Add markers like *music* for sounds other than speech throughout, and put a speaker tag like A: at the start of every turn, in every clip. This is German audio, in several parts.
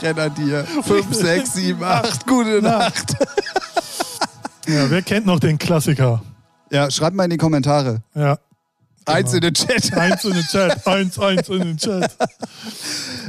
A: Grenadier. 5, 6, 7, 8. Gute Nacht.
B: Ja, wer kennt noch den Klassiker?
A: Ja, schreibt mal in die Kommentare.
B: Ja.
A: Eins in den Chat.
B: *laughs* Eins in den Chat, eins, eins in den Chat.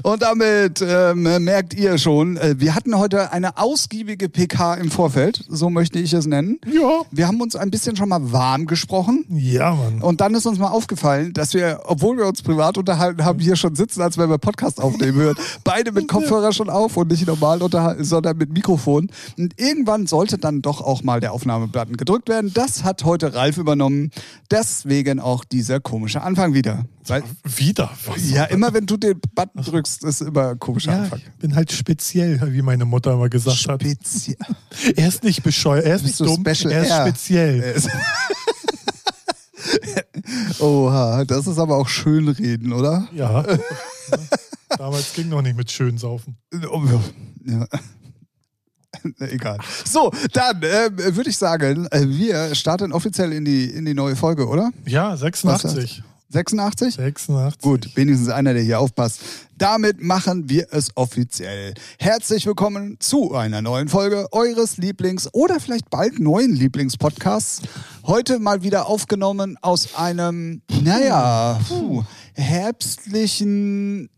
A: Und damit ähm, merkt ihr schon, äh, wir hatten heute eine ausgiebige PK im Vorfeld, so möchte ich es nennen.
B: Ja.
A: Wir haben uns ein bisschen schon mal warm gesprochen.
B: Ja, Mann.
A: Und dann ist uns mal aufgefallen, dass wir, obwohl wir uns privat unterhalten haben, hier schon sitzen, als wenn wir Podcast aufnehmen würden. Beide mit Kopfhörer schon auf und nicht normal unterhalten, sondern mit Mikrofon. Und irgendwann sollte dann doch auch mal der Aufnahmebutton gedrückt werden. Das hat heute Ralf übernommen. Deswegen auch dieser komische Anfang wieder. Weil,
B: Wieder. Was?
A: ja, immer wenn du den Button drückst, ist immer ein komischer
B: Ja,
A: Anfang.
B: ich bin halt speziell, wie meine Mutter immer gesagt hat.
A: Speziell.
B: Er ist nicht bescheuert, er ist nicht
A: Bist du
B: dumm,
A: Special
B: er ist
A: R?
B: speziell.
A: *laughs* Oha, das ist aber auch Schönreden, oder?
B: *laughs* Ja. Damals ging noch nicht mit schön saufen.
A: Ja. *laughs* Egal. So, dann ähm, würde ich sagen, äh, wir starten offiziell in die, in die neue Folge, oder?
B: Ja,
A: Was
B: 86.
A: 86?
B: 86.
A: Gut, wenigstens einer, der hier aufpasst. Damit machen wir es offiziell. Herzlich willkommen zu einer neuen Folge eures Lieblings- oder vielleicht bald neuen Lieblingspodcasts. Heute mal wieder aufgenommen aus einem, naja, puh, herbstlichen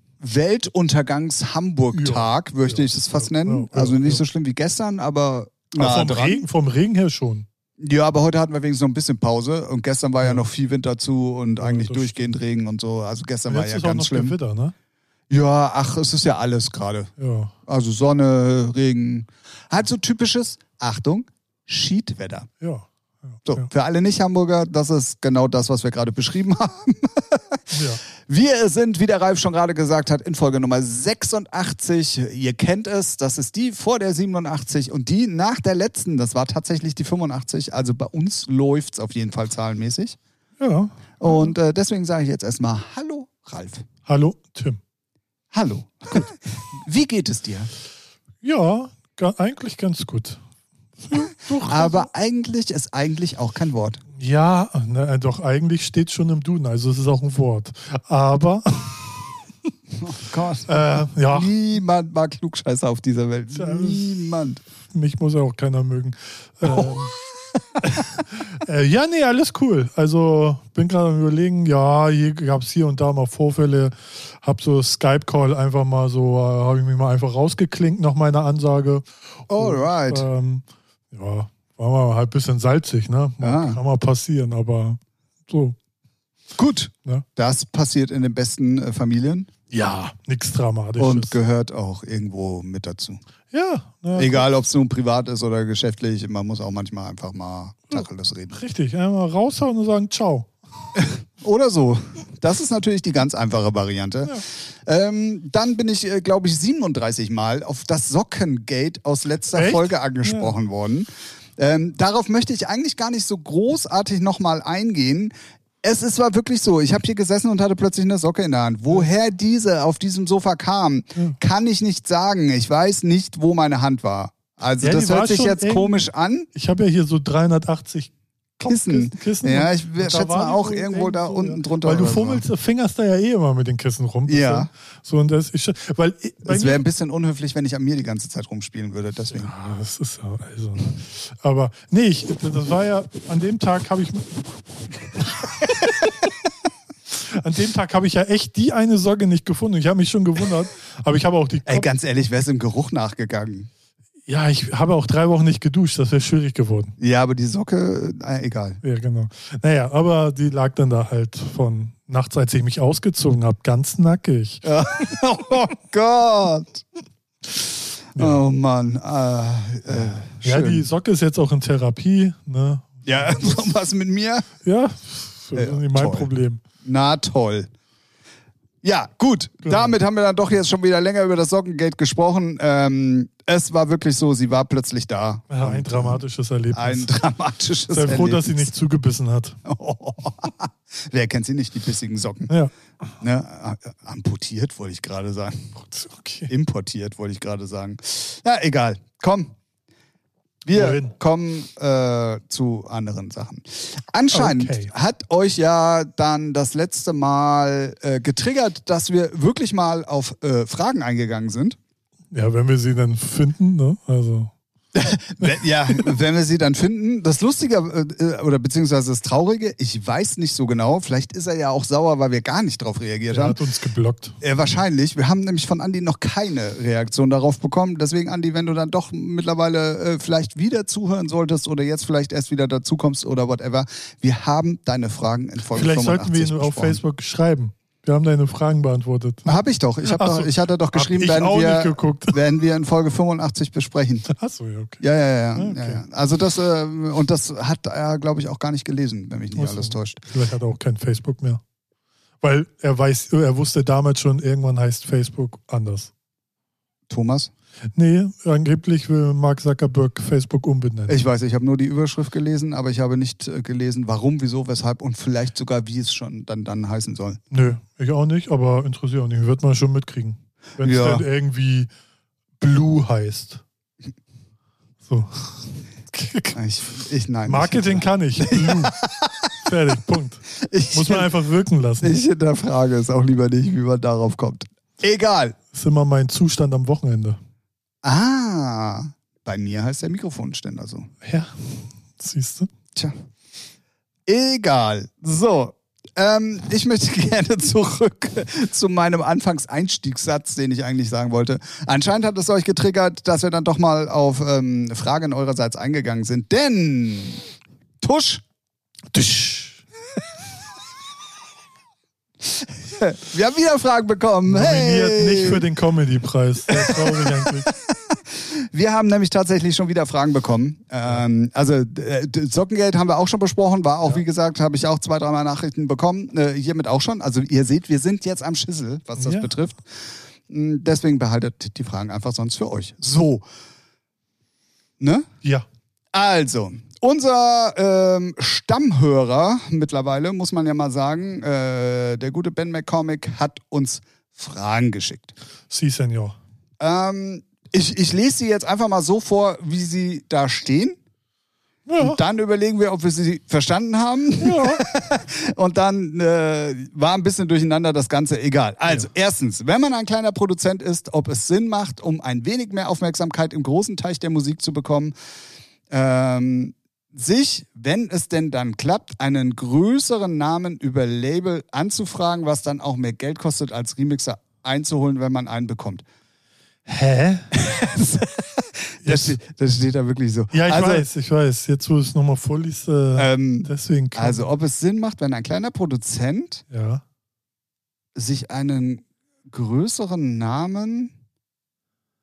A: Weltuntergangs-Hamburg-Tag, möchte ich es fast nennen.
B: ja, ja,
A: Also nicht
B: ja.
A: so schlimm wie gestern, aber.
B: Aber
A: nah
B: vom,
A: dran.
B: Regen, vom Regen her schon.
A: Ja, aber heute hatten wir wenigstens noch ein bisschen Pause und gestern war ja noch viel Wind dazu und eigentlich
B: das
A: durchgehend Regen und so. Also gestern war
B: Jetzt
A: ja
B: ist auch noch
A: ganz schlimm.
B: Gewitter, ne?
A: Ja, ach, es ist ja alles gerade.
B: Ja.
A: Also Sonne, Regen. Halt so typisches, Achtung, Schiedwetter.
B: Ja.
A: So,
B: Ja.
A: für alle Nicht-Hamburger, das ist genau das, was wir gerade beschrieben haben.
B: ja.
A: Wir sind, wie der Ralf schon gerade gesagt hat, in Folge Nummer 86. Ihr kennt es, das ist die vor der 87 und die nach der letzten. Das war tatsächlich die 85. Also bei uns läuft's auf jeden Fall zahlenmäßig.
B: Ja.
A: Und äh, deswegen sage ich jetzt erstmal Hallo, Ralf.
B: Hallo, Tim.
A: Hallo. Wie geht es dir?
B: Ja, ga, eigentlich ganz gut. Doch,
A: Aber eigentlich ist eigentlich auch kein Wort.
B: ja, ne, doch, eigentlich steht schon im Duden, also es ist auch ein Wort. Aber,
A: Gott.
B: äh, ja,
A: Niemand mag Klugscheißer auf dieser Welt.
B: Tja, das-
A: Niemand.
B: mich muss ja auch keiner mögen. Ähm, *laughs* äh, ja, nee, alles cool. Also, bin gerade am Überlegen, ja, hier gab es hier und da mal Vorfälle. Hab so Skype-Call einfach mal so, äh, habe ich mich mal einfach rausgeklinkt nach meiner Ansage.
A: Alright.
B: Ähm, ja, war mal halt ein bisschen salzig, ne?
A: Ja.
B: Kann mal passieren, aber so.
A: Gut.
B: Ne?
A: Das passiert in den besten äh, Familien
B: Ja, nichts Dramatisches.
A: und gehört auch irgendwo mit dazu.
B: ja, na,
A: Egal, ob es nun privat ist oder geschäftlich, man muss auch manchmal einfach mal Tacheles reden.
B: richtig. Einmal raushauen und sagen Ciao.
A: Oder so. Das ist natürlich die ganz einfache Variante. Ähm, dann bin ich, äh, glaube ich, 37 Mal auf das Sockengate aus letzter
B: Echt?
A: Folge angesprochen worden. Ähm, darauf möchte ich eigentlich gar nicht so großartig nochmal eingehen. Es ist war wirklich so, ich habe hier gesessen und hatte plötzlich eine Socke in der Hand. Woher diese auf diesem Sofa kam, kann ich nicht sagen. Ich weiß nicht, wo meine Hand war. Also
B: Ja, die
A: das
B: war
A: hört sich
B: schon
A: jetzt
B: eng.
A: komisch an.
B: Ich habe ja hier so 380
A: Kissen.
B: Kissen.
A: Ja,
B: und
A: ich
B: da
A: schätze
B: waren
A: mal auch
B: die so
A: irgendwo da
B: irgendwo,
A: unten drunter
B: Weil du
A: oder so.
B: fummelst, fingerst da ja eh immer mit den Kissen rum.
A: Ja.
B: So und das ist, weil ich- bei
A: Es
B: mir-
A: wäre ein bisschen unhöflich, wenn ich an mir die ganze Zeit rumspielen würde. Deswegen.
B: Ah, das ist ja also. Ne? Aber nee, ich, das war ja an dem Tag
A: *laughs*
B: habe ich an dem Tag habe ich ja echt die eine Sorge nicht gefunden. Ich habe mich schon gewundert, aber ich habe auch die
A: Ey,
B: Kopf-
A: ganz ehrlich, wäre es im Geruch nachgegangen.
B: ja ich habe auch drei Wochen nicht geduscht. Das wäre schwierig geworden.
A: Ja, aber die Socke, äh, egal. *laughs*
B: Ja genau. Naja, aber die lag dann da halt von nachts, als ich mich ausgezogen habe, ganz nackig.
A: oh Gott. Oh Mann. Äh, äh,
B: Ja, die
A: schön.
B: Socke ist jetzt auch in Therapie. Ne?
A: Ja, *laughs* was mit mir?
B: Ja, das
A: Ja,
B: ist nicht mein
A: toll.
B: Problem.
A: Na toll. Ja, gut.
B: Genau.
A: Damit haben wir dann doch jetzt schon wieder länger über das Sockengeld gesprochen. Ähm, es war wirklich so, sie war plötzlich da.
B: Ja, ein dramatisches Erlebnis. *laughs*
A: Ein dramatisches
B: Sei froh, dass sie
A: Erlebnis.
B: nicht zugebissen hat.
A: *laughs* Wer kennt sie nicht, die bissigen Socken?
B: Ja.
A: Ne? a- Amputiert, wollte ich gerade sagen.
B: Okay.
A: Importiert, wollte ich gerade sagen. Na, egal. Komm. Wir
B: Wohin?
A: kommen äh, zu anderen Sachen. Anscheinend
B: Okay.
A: hat euch ja dann das letzte Mal äh, getriggert, dass wir wirklich mal auf äh, Fragen eingegangen sind.
B: Ja, wenn wir sie dann finden, ne? Also.
A: Wenn- Ja, *laughs* wenn wir sie dann finden. Das Lustige äh, oder beziehungsweise das Traurige, ich weiß nicht so genau, vielleicht ist er ja auch sauer, weil wir gar nicht drauf reagiert
B: Der
A: haben.
B: hat uns geblockt.
A: Äh, wahrscheinlich. Wir haben nämlich von Andi noch keine Reaktion darauf bekommen. Deswegen, Andi, wenn du dann doch mittlerweile äh, vielleicht wieder zuhören solltest oder jetzt vielleicht erst wieder dazukommst oder whatever, wir haben deine Fragen in Folge
B: Vielleicht sollten wir
A: 85
B: ihn auf
A: besprochen.
B: Facebook schreiben. Wir haben deine Fragen beantwortet.
A: Hab ich doch. Ich, hab
B: Ach
A: doch,
B: so.
A: ich hatte doch
B: Hab
A: geschrieben,
B: ich
A: werden
B: auch nicht
A: wir,
B: geguckt.
A: werden wir in Folge
B: *laughs*
A: 85 besprechen.
B: Achso, ja, okay.
A: Ja, ja, ja.
B: Ah, okay.
A: ja, ja. Also das, äh, und das hat er, glaube ich, auch gar nicht gelesen, wenn mich nicht
B: Ach so.
A: alles täuscht.
B: Vielleicht hat er auch kein Facebook mehr. Weil er weiß, er wusste damals schon, irgendwann heißt Facebook anders.
A: Thomas?
B: Nee, angeblich will Mark Zuckerberg Facebook umbenennen.
A: Ich weiß, ich habe nur die Überschrift gelesen, aber ich habe nicht äh, gelesen, warum, wieso, weshalb und vielleicht sogar, wie es schon dann, dann heißen soll.
B: Nö, ich auch nicht, aber interessiert auch nicht. Wird man schon mitkriegen. Wenn es
A: Ja.
B: dann irgendwie Blue heißt. So.
A: Ich, ich nein. *laughs*
B: Marketing kann ich. Blue. Fertig, Punkt.
A: Ich,
B: Muss man einfach wirken lassen.
A: ich hinterfrage es auch lieber nicht, wie man darauf kommt. Egal.
B: ist immer mein Zustand am Wochenende.
A: Ah, bei mir heißt der Mikrofonständer so.
B: Ja, siehst du?
A: Tja. Egal. So. Ähm, ich möchte *laughs* gerne zurück zu meinem Anfangseinstiegssatz, den ich eigentlich sagen wollte. Anscheinend hat es euch getriggert, dass wir dann doch mal auf ähm, Fragen eurerseits eingegangen sind. Denn Tusch, wir haben wieder Fragen bekommen.
B: Nominiert
A: Hey!
B: nicht für den Comedy-Preis. Sehr
A: *laughs*
B: traurig eigentlich.
A: Wir haben nämlich tatsächlich schon wieder Fragen bekommen. Ähm, also äh, d- Sockengeld haben wir auch schon besprochen, war auch, wie gesagt, habe ich auch zwei, dreimal Nachrichten bekommen. Äh, hiermit auch schon. Also ihr seht, wir sind jetzt am Schüssel, was das
B: Ja.
A: betrifft. Mm, Deswegen behaltet die Fragen einfach sonst für euch. So. Ne?
B: Ja.
A: Also, unser ähm, Stammhörer mittlerweile, muss man ja mal sagen, äh, der gute Ben McCormick hat uns Fragen geschickt.
B: Sie, Senor.
A: Ähm, ich, ich lese sie jetzt einfach mal so vor, wie sie da stehen.
B: Ja.
A: Und dann überlegen wir, ob wir sie verstanden haben.
B: ja.
A: *laughs* Und dann äh, war ein bisschen durcheinander das Ganze. Egal. Also, erstens, wenn man ein kleiner Produzent ist, ob es Sinn macht, um ein wenig mehr Aufmerksamkeit im großen Teich der Musik zu bekommen, ähm, sich, wenn es denn dann klappt, einen größeren Namen über Label anzufragen, was dann auch mehr Geld kostet, als Remixer einzuholen, wenn man einen bekommt. *laughs*
B: Hä?
A: Das, steht, das steht da wirklich so.
B: Ja, ich
A: also,
B: weiß, ich weiß. Jetzt, wo ich es nochmal vorliest, äh,
A: Ähm,
B: deswegen kann
A: also, ob es Sinn macht, wenn ein kleiner Produzent
B: Ja.
A: sich einen größeren Namen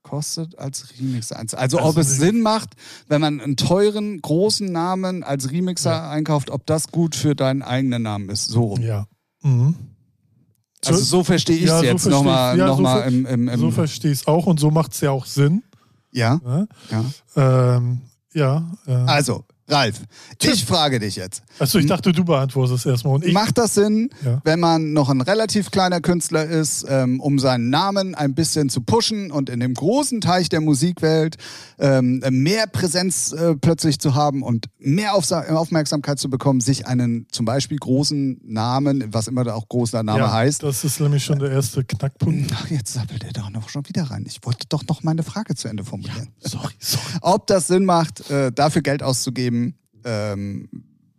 A: kostet als Remixer. einz- Also,
B: Also,
A: ob es
B: sie-
A: Sinn macht, wenn man einen teuren, großen Namen als Remixer einkauft, ob das gut für deinen eigenen Namen ist. So rum.
B: Ja. Mhm.
A: Also, so verstehe ich es
B: Ja, so
A: jetzt
B: verstehe
A: nochmal
B: ich's. Ja,
A: noch
B: so
A: mal
B: ver-
A: im. im, im
B: so verstehe ich es auch und so macht es ja auch Sinn.
A: ja,
B: Ne?
A: ja.
B: Ähm, ja. Äh.
A: Also, Ralf, ich frage dich jetzt.
B: Achso, ich dachte, du beantwortest erstmal. Und ich,
A: Macht das Sinn,
B: Ja.
A: wenn man noch ein relativ kleiner Künstler ist, ähm, um seinen Namen ein bisschen zu pushen und in dem großen Teich der Musikwelt ähm, mehr Präsenz äh, plötzlich zu haben und mehr Aufsa- Aufmerksamkeit zu bekommen, sich einen zum Beispiel großen Namen, was immer da auch großer Name
B: ja,
A: heißt.
B: Das ist nämlich schon der erste Knackpunkt.
A: Ach, jetzt sappelt er doch noch schon wieder rein. Ich wollte doch noch meine Frage zu Ende formulieren. *laughs*
B: Sorry, sorry.
A: Ob das Sinn macht, äh, dafür Geld auszugeben, ähm,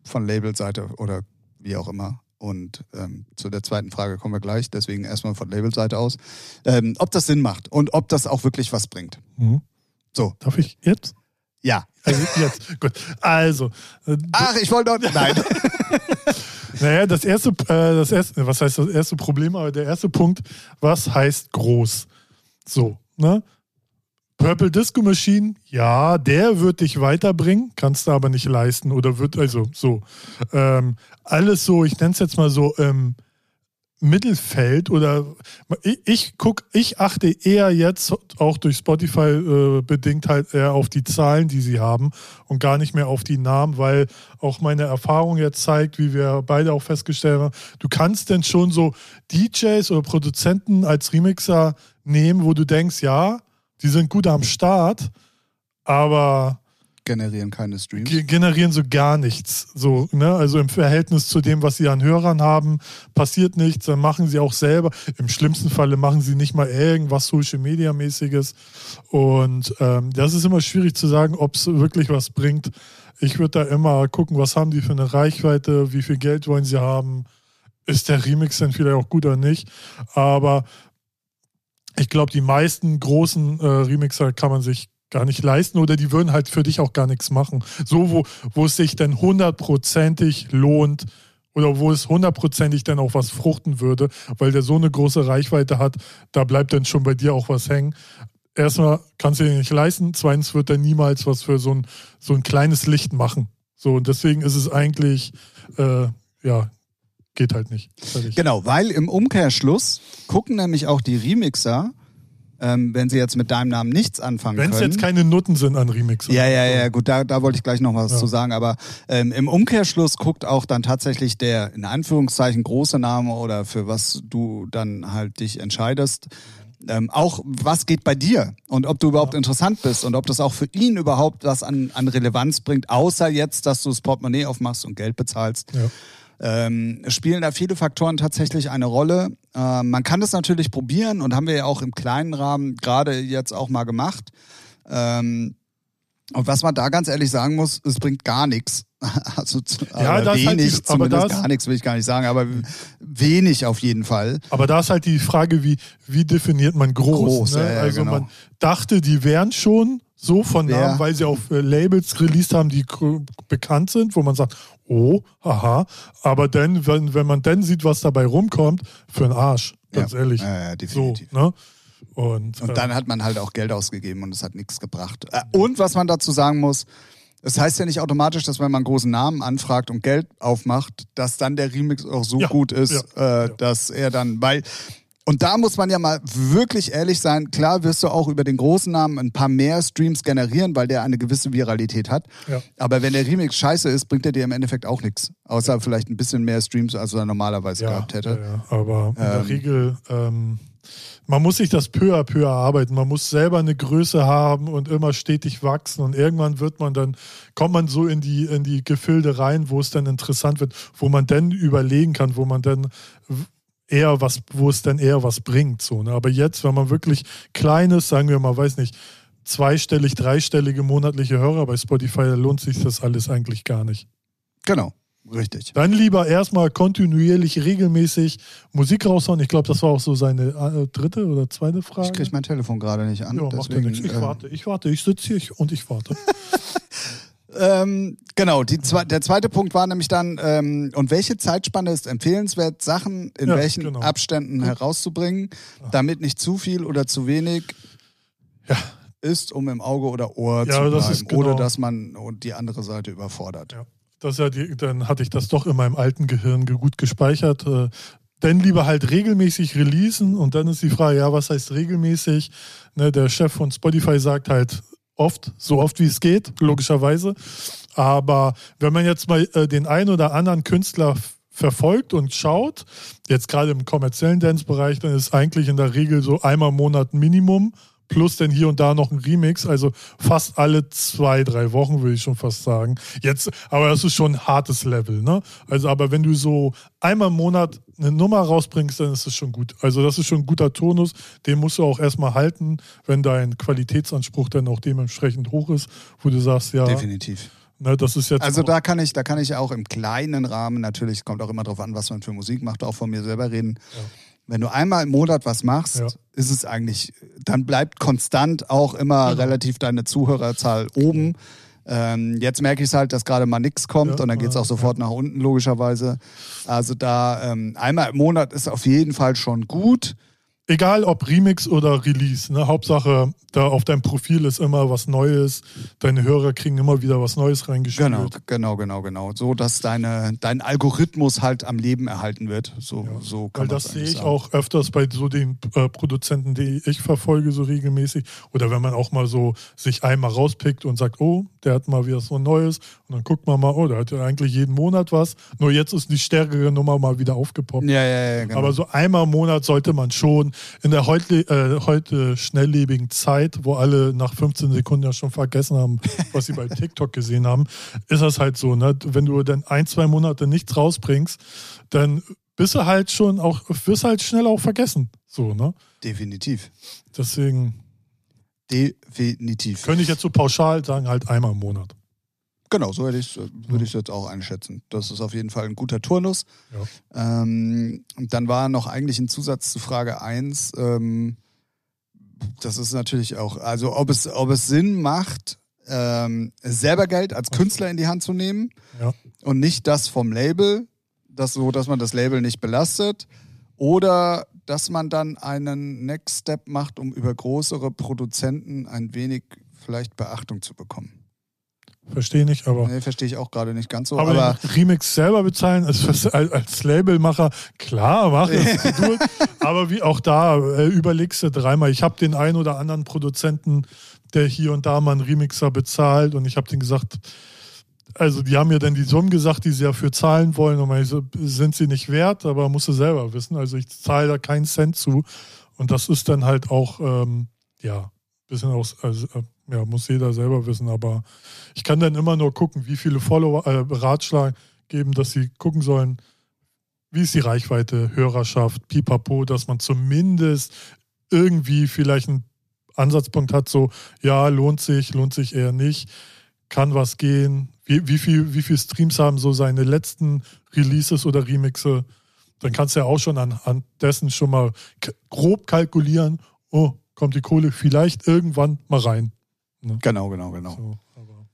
A: von Labelseite oder wie auch immer. Und ähm, zu der zweiten Frage kommen wir gleich, deswegen erstmal von Labelseite aus. Ähm, ob das Sinn macht und ob das auch wirklich was bringt.
B: Mhm.
A: So,
B: Darf ich jetzt?
A: ja.
B: Also jetzt, gut. Also, äh,
A: Ach, ich wollte
B: *laughs*
A: noch. Nein.
B: Naja, das erste, äh, das erste, was heißt das erste Problem, aber der erste Punkt, was heißt groß? So, ne? Purple Disco Machine, ja, der wird dich weiterbringen, kannst du aber nicht leisten oder wird, also so. Ähm, alles so, ich nenne es jetzt mal so im Mittelfeld oder ich, ich guck, ich achte eher jetzt auch durch Spotify äh, bedingt halt eher auf die Zahlen, die sie haben und gar nicht mehr auf die Namen, weil auch meine Erfahrung jetzt zeigt, wie wir beide auch festgestellt haben, du kannst denn schon so DJs oder Produzenten als Remixer nehmen, wo du denkst, ja, die sind gut am Start, aber
A: generieren keine Streams.
B: Ge- generieren so gar nichts. So, ne? Also im Verhältnis zu dem, was sie an Hörern haben, passiert nichts, dann machen sie auch selber. Im schlimmsten Falle machen sie nicht mal irgendwas Social Media mäßiges. Und ähm, das ist immer schwierig zu sagen, ob es wirklich was bringt. Ich würde da immer gucken, was haben die für eine Reichweite, wie viel Geld wollen sie haben, ist der Remix denn vielleicht auch gut oder nicht. Aber ich glaube, die meisten großen äh, Remixer kann man sich gar nicht leisten oder die würden halt für dich auch gar nichts machen. So, wo, wo es sich dann hundertprozentig lohnt oder wo es hundertprozentig dann auch was fruchten würde, weil der so eine große Reichweite hat, da bleibt dann schon bei dir auch was hängen. Erstmal kannst du dir nicht leisten, zweitens wird er niemals was für so ein, so ein kleines Licht machen. So, und deswegen ist es eigentlich, äh, ja, geht halt nicht. Fertig.
A: Genau, weil im Umkehrschluss gucken nämlich auch die Remixer, ähm, wenn sie jetzt mit deinem Namen nichts anfangen
B: Wenn es
A: können.
B: jetzt keine Nutten sind an Remixen.
A: ja, ja, ja, gut, da, da wollte ich gleich noch was
B: Ja.
A: zu sagen, aber ähm, im Umkehrschluss guckt auch dann tatsächlich der in Anführungszeichen große Name oder für was du dann halt dich entscheidest, ähm, auch was geht bei dir und ob du überhaupt interessant bist und ob das auch für ihn überhaupt was an, an Relevanz bringt, außer jetzt, dass du das Portemonnaie aufmachst und Geld bezahlst.
B: Ja.
A: ähm, spielen da viele Faktoren tatsächlich eine Rolle. Ähm, man kann das natürlich probieren und haben wir ja auch im kleinen Rahmen gerade jetzt auch mal gemacht. Ähm, und was man da ganz ehrlich sagen muss, es bringt gar nichts. *laughs* Also zu,
B: Ja,
A: aber
B: da ist
A: wenig,
B: halt die- aber
A: zumindest
B: da ist-
A: gar nichts will ich gar nicht sagen, aber wenig auf jeden Fall.
B: Aber da ist halt die Frage, wie, wie definiert man groß?
A: Groß,
B: ne?
A: ja, ja,
B: also
A: genau.
B: man dachte, die wären schon so von
A: Ja.
B: Namen, weil sie auf äh, Labels released haben, die gr- bekannt sind, wo man sagt, oh, haha. Aber dann, wenn, wenn man dann sieht, was dabei rumkommt, für einen Arsch, ganz
A: Ja.
B: ehrlich.
A: Ja, ja,
B: so,
A: definitiv.
B: ne? Und,
A: Und
B: äh,
A: dann hat man halt auch Geld ausgegeben und es hat nichts gebracht. Äh, Und was man dazu sagen muss, es heißt ja nicht automatisch, dass wenn man einen großen Namen anfragt und Geld aufmacht, dass dann der Remix auch so
B: Ja,
A: gut ist,
B: ja, ja.
A: äh, dass er dann, weil, und da muss man ja mal wirklich ehrlich sein, klar wirst du auch über den großen Namen ein paar mehr Streams generieren, weil der eine gewisse Viralität hat.
B: äh, Ja.
A: Aber wenn der Remix scheiße ist, bringt er dir im Endeffekt auch nichts. Außer vielleicht ein bisschen mehr Streams, als er normalerweise gehabt hätte.
B: Ja, ja. Aber in der
A: Ähm.
B: Regel, ähm, man muss sich das peu à peu erarbeiten. Man muss selber eine Größe haben und immer stetig wachsen. Und irgendwann wird man dann, kommt man so in die, in die Gefilde rein, wo es dann interessant wird, wo man dann überlegen kann, wo man dann w- eher was, wo es dann eher was bringt. So, ne? Aber jetzt, wenn man wirklich klein ist, sagen wir mal, weiß nicht, zweistellig, dreistellige monatliche Hörer bei Spotify, da lohnt sich das alles eigentlich gar nicht.
A: Genau, richtig.
B: Dann lieber erstmal kontinuierlich, regelmäßig Musik raushauen. Ich glaube, das war auch so seine äh, dritte oder zweite Frage.
A: Ich krieg mein Telefon gerade nicht an.
B: ja, macht ja
A: deswegen,
B: nichts. Ich
A: äh,
B: warte, ich warte, ich sitze hier ich- und ich
A: *laughs*
B: warte.
A: Ähm, genau, die zwe der zweite Punkt war nämlich dann, ähm, und welche Zeitspanne ist empfehlenswert, Sachen in
B: Ja,
A: welchen
B: genau.
A: Abständen herauszubringen, damit nicht zu viel oder zu wenig
B: Ja.
A: ist, um im Auge oder Ohr
B: Ja,
A: zu bleiben.
B: das ist genau-
A: Oder dass man die andere Seite überfordert.
B: Das hat, dann hatte ich das doch in meinem alten Gehirn ge- gut gespeichert. Äh, Dann lieber halt regelmäßig releasen und dann ist die Frage, ja, was heißt regelmäßig? Ne, der Chef von Spotify sagt halt oft, so oft wie es geht, logischerweise. Aber wenn man jetzt mal äh, den einen oder anderen Künstler f- verfolgt und schaut, jetzt gerade im kommerziellen Dance-Bereich, dann ist eigentlich in der Regel so einmal im Monat Minimum, plus dann hier und da noch ein Remix, also fast alle zwei, drei Wochen, würde ich schon fast sagen. Jetzt, aber das ist schon ein hartes Level, ne? Also, aber wenn du so einmal im Monat eine Nummer rausbringst, dann ist das schon gut. Also, das ist schon ein guter Tonus, den musst du auch erstmal halten, wenn dein Qualitätsanspruch dann auch dementsprechend hoch ist, wo du sagst, ja,
A: Definitiv.
B: ne, das ist jetzt.
A: Also da kann ich, da kann ich auch im kleinen Rahmen, natürlich kommt auch immer drauf an, was man für Musik macht, auch von mir selber reden. Wenn du einmal im Monat was machst,
B: Ja.
A: ist es eigentlich, dann bleibt konstant auch immer
B: Genau.
A: relativ deine Zuhörerzahl oben. Ähm, jetzt merke ich es halt, dass gerade mal nichts kommt
B: Ja,
A: und dann geht es
B: ja,
A: auch sofort nach unten, logischerweise. Also da ähm, einmal im Monat ist auf jeden Fall schon gut.
B: egal ob Remix oder Release, ne? Hauptsache, da auf deinem Profil ist immer was Neues. Deine Hörer kriegen immer wieder was Neues reingespielt.
A: Genau, genau, genau, genau. So, dass deine, dein Algorithmus halt am Leben erhalten wird. So,
B: Ja,
A: so kann
B: Weil
A: man's
B: das sehe
A: eigentlich
B: ich
A: sagen.
B: auch öfters bei so den äh, Produzenten, die ich verfolge, so regelmäßig. Oder wenn man auch mal so sich einmal rauspickt und sagt, oh, der hat mal wieder so ein neues. Und dann guckt man mal, oh, der hat ja eigentlich jeden Monat was. Nur jetzt ist die stärkere Nummer mal wieder aufgepoppt.
A: Ja, ja, ja, genau.
B: Aber so einmal im Monat sollte man schon in der heute, äh, heute schnelllebigen Zeit, wo alle nach 15 Sekunden ja schon vergessen haben, was sie bei TikTok gesehen haben, ist das halt so. Ne? Wenn du dann ein, zwei Monate nichts rausbringst, dann bist du halt schon auch, wirst halt schnell auch vergessen. So, ne?
A: Definitiv.
B: Deswegen
A: Definitiv.
B: könnte ich jetzt so pauschal sagen, halt einmal im Monat.
A: Genau, so hätte ich würde ich es jetzt auch einschätzen. Das ist auf jeden Fall ein guter Turnus. Ähm, und dann war noch eigentlich ein Zusatz zu Frage 1. Ähm, das ist natürlich auch, also ob es, ob es Sinn macht, ähm, selber Geld als Künstler in die Hand zu nehmen
B: Ja.
A: und nicht das vom Label, das so, dass man das Label nicht belastet. Oder dass man dann einen Next Step macht, um über größere Produzenten ein wenig vielleicht Beachtung zu bekommen.
B: Verstehe nicht, aber.
A: Nee, verstehe ich auch gerade nicht ganz so.
B: aber,
A: Aber,
B: den Remix selber bezahlen, als, als, als Labelmacher, klar, mach es. du, aber wie auch da, äh, überlegst du dreimal. Ich habe den einen oder anderen Produzenten, der hier und da mal einen Remixer bezahlt und ich habe den gesagt, also die haben mir dann die Summen gesagt, die sie dafür zahlen wollen und meine ich so, sind sie nicht wert, aber musst du selber wissen. Also ich zahle da keinen Cent zu und das ist dann halt auch, ähm, ja, bisschen aus, also, äh, ja, muss jeder selber wissen, aber ich kann dann immer nur gucken, wie viele Follower äh, Ratschlag geben, dass sie gucken sollen, wie ist die Reichweite, Hörerschaft, pipapo, dass man zumindest irgendwie vielleicht einen Ansatzpunkt hat, so, ja, lohnt sich, lohnt sich eher nicht, kann was gehen, wie, wie viel, wie viel Streams haben so seine letzten Releases oder Remixe, dann kannst du ja auch schon anhand dessen schon mal k- grob kalkulieren, oh, kommt die Kohle vielleicht irgendwann mal rein.
A: genau, genau, genau.
B: So, aber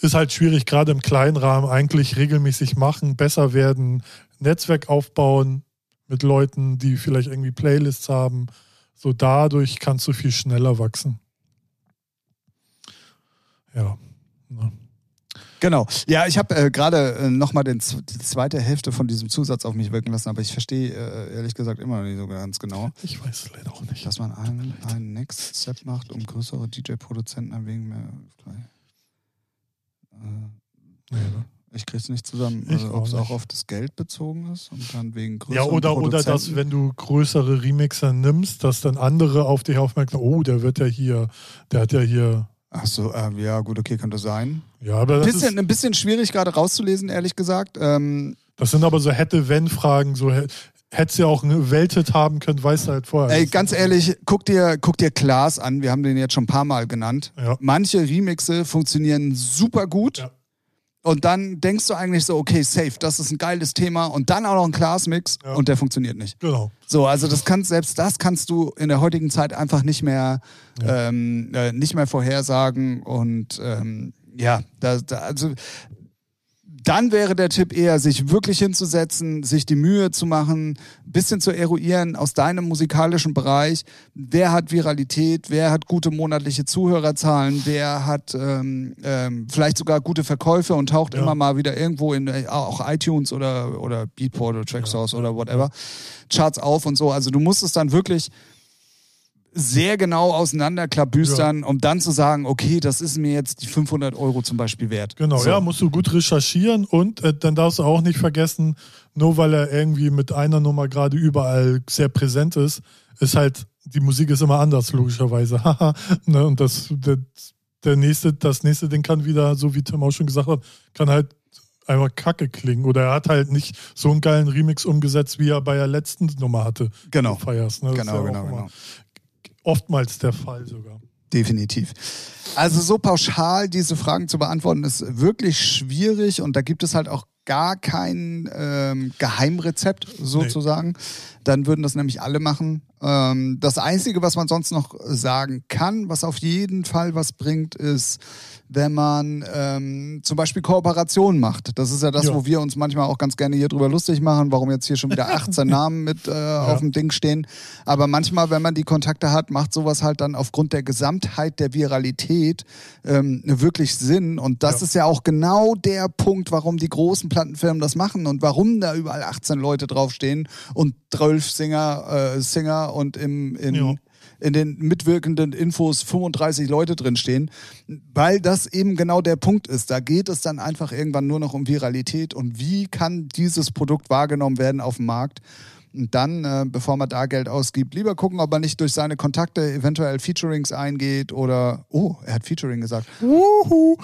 B: ist halt schwierig, gerade im kleinen Rahmen eigentlich regelmäßig machen, besser werden, Netzwerk aufbauen mit Leuten, die vielleicht irgendwie Playlists haben. So dadurch kannst du viel schneller wachsen. Ja. ne.
A: Genau. Ja, ich habe äh, gerade äh, nochmal die zweite Hälfte von diesem Zusatz auf mich wirken lassen, aber ich verstehe äh, ehrlich gesagt immer noch nicht so ganz genau,
B: Ich weiß es leider auch nicht.
A: dass man einen, einen Next Step macht, um größere DJ-Produzenten ein wenig mehr. Äh,
B: Nee, ne?
A: ich krieg's nicht zusammen,
B: Ich
A: also, ob es
B: auch
A: auch
B: nicht.
A: auf das Geld bezogen ist und dann wegen größeren
B: Ja, oder, oder dass,
A: Produzenten.
B: wenn du größere Remixer nimmst, dass dann andere auf dich aufmerksam, oh, der wird ja hier, der hat ja hier.
A: Ach so, äh, ja, gut, okay, könnte sein.
B: Ja, aber das ist,
A: Bisschen, ein bisschen schwierig gerade rauszulesen, ehrlich gesagt. Ähm,
B: Das sind aber so hätte-wenn-Fragen, so hä- hättest du ja auch gewältet haben können, weißt du halt vorher.
A: Ey, ganz ehrlich, guck dir, guck dir Klaas an. Wir haben den jetzt schon ein paar Mal genannt.
B: Ja.
A: Manche Remixe funktionieren super gut.
B: Ja.
A: Und dann denkst du eigentlich so, okay, safe, das ist ein geiles Thema. Und dann auch noch ein Klaas-Mix
B: Ja.
A: und der funktioniert nicht.
B: Genau.
A: So, also das kannst, selbst das kannst du in der heutigen Zeit einfach nicht mehr,
B: Ja.
A: ähm, äh, nicht mehr vorhersagen. Und ähm, ja, da, da, also dann wäre der Tipp eher, sich wirklich hinzusetzen, sich die Mühe zu machen, ein bisschen zu eruieren aus deinem musikalischen Bereich. Wer hat Viralität? Wer hat gute monatliche Zuhörerzahlen? Wer hat ähm, ähm, vielleicht sogar gute Verkäufe und taucht
B: Ja.
A: immer mal wieder irgendwo in äh, auch iTunes oder, oder Beatport oder Tracksource oder whatever Charts auf und so. Also du musst es dann wirklich sehr genau auseinanderklabüstern, um dann zu sagen, okay, das ist mir jetzt die 500 Euro zum Beispiel wert.
B: Genau,
A: so.
B: ja, musst du gut recherchieren und äh, dann darfst du auch nicht vergessen, nur weil er irgendwie mit einer Nummer gerade überall sehr präsent ist, ist halt, die Musik ist immer anders, logischerweise. *laughs* Haha, ne? Und das, der, der nächste, das nächste Ding kann wieder, so wie Tim auch schon gesagt hat, kann halt einfach kacke klingen. Oder er hat halt nicht so einen geilen Remix umgesetzt, wie er bei der letzten Nummer hatte.
A: Genau.
B: Du feierst, ne? Das ist ja
A: Genau,
B: auch
A: genau,
B: immer-
A: genau.
B: oftmals der Fall sogar.
A: Definitiv. Also so pauschal diese Fragen zu beantworten, ist wirklich schwierig und da gibt es halt auch gar kein ähm, Geheimrezept sozusagen. Dann würden das nämlich alle machen. Ähm, das Einzige, was man sonst noch sagen kann, was auf jeden Fall was bringt, ist, wenn man ähm, zum Beispiel Kooperationen macht. Das ist ja das,
B: Ja.
A: wo wir uns manchmal auch ganz gerne hier drüber lustig machen, warum jetzt hier
B: *laughs*
A: schon wieder 18 Namen mit äh, auf dem Ding stehen. Aber manchmal, wenn man die Kontakte hat, macht sowas halt dann aufgrund der Gesamtheit der Viralität ähm, wirklich Sinn. Und das
B: Ja.
A: ist ja auch genau der Punkt, warum die großen Plattenfirmen das machen und warum da überall 18 Leute draufstehen und 12 Singer, äh, Singer und im, in,
B: Ja.
A: in den mitwirkenden Infos 35 Leute drinstehen, weil das eben genau der Punkt ist. Da geht es dann einfach irgendwann nur noch um Viralität und wie kann dieses Produkt wahrgenommen werden auf dem Markt. Und dann, äh, bevor man da Geld ausgibt, lieber gucken, ob man nicht durch seine Kontakte eventuell Featurings eingeht oder, oh, er hat Featuring gesagt. Wuhu.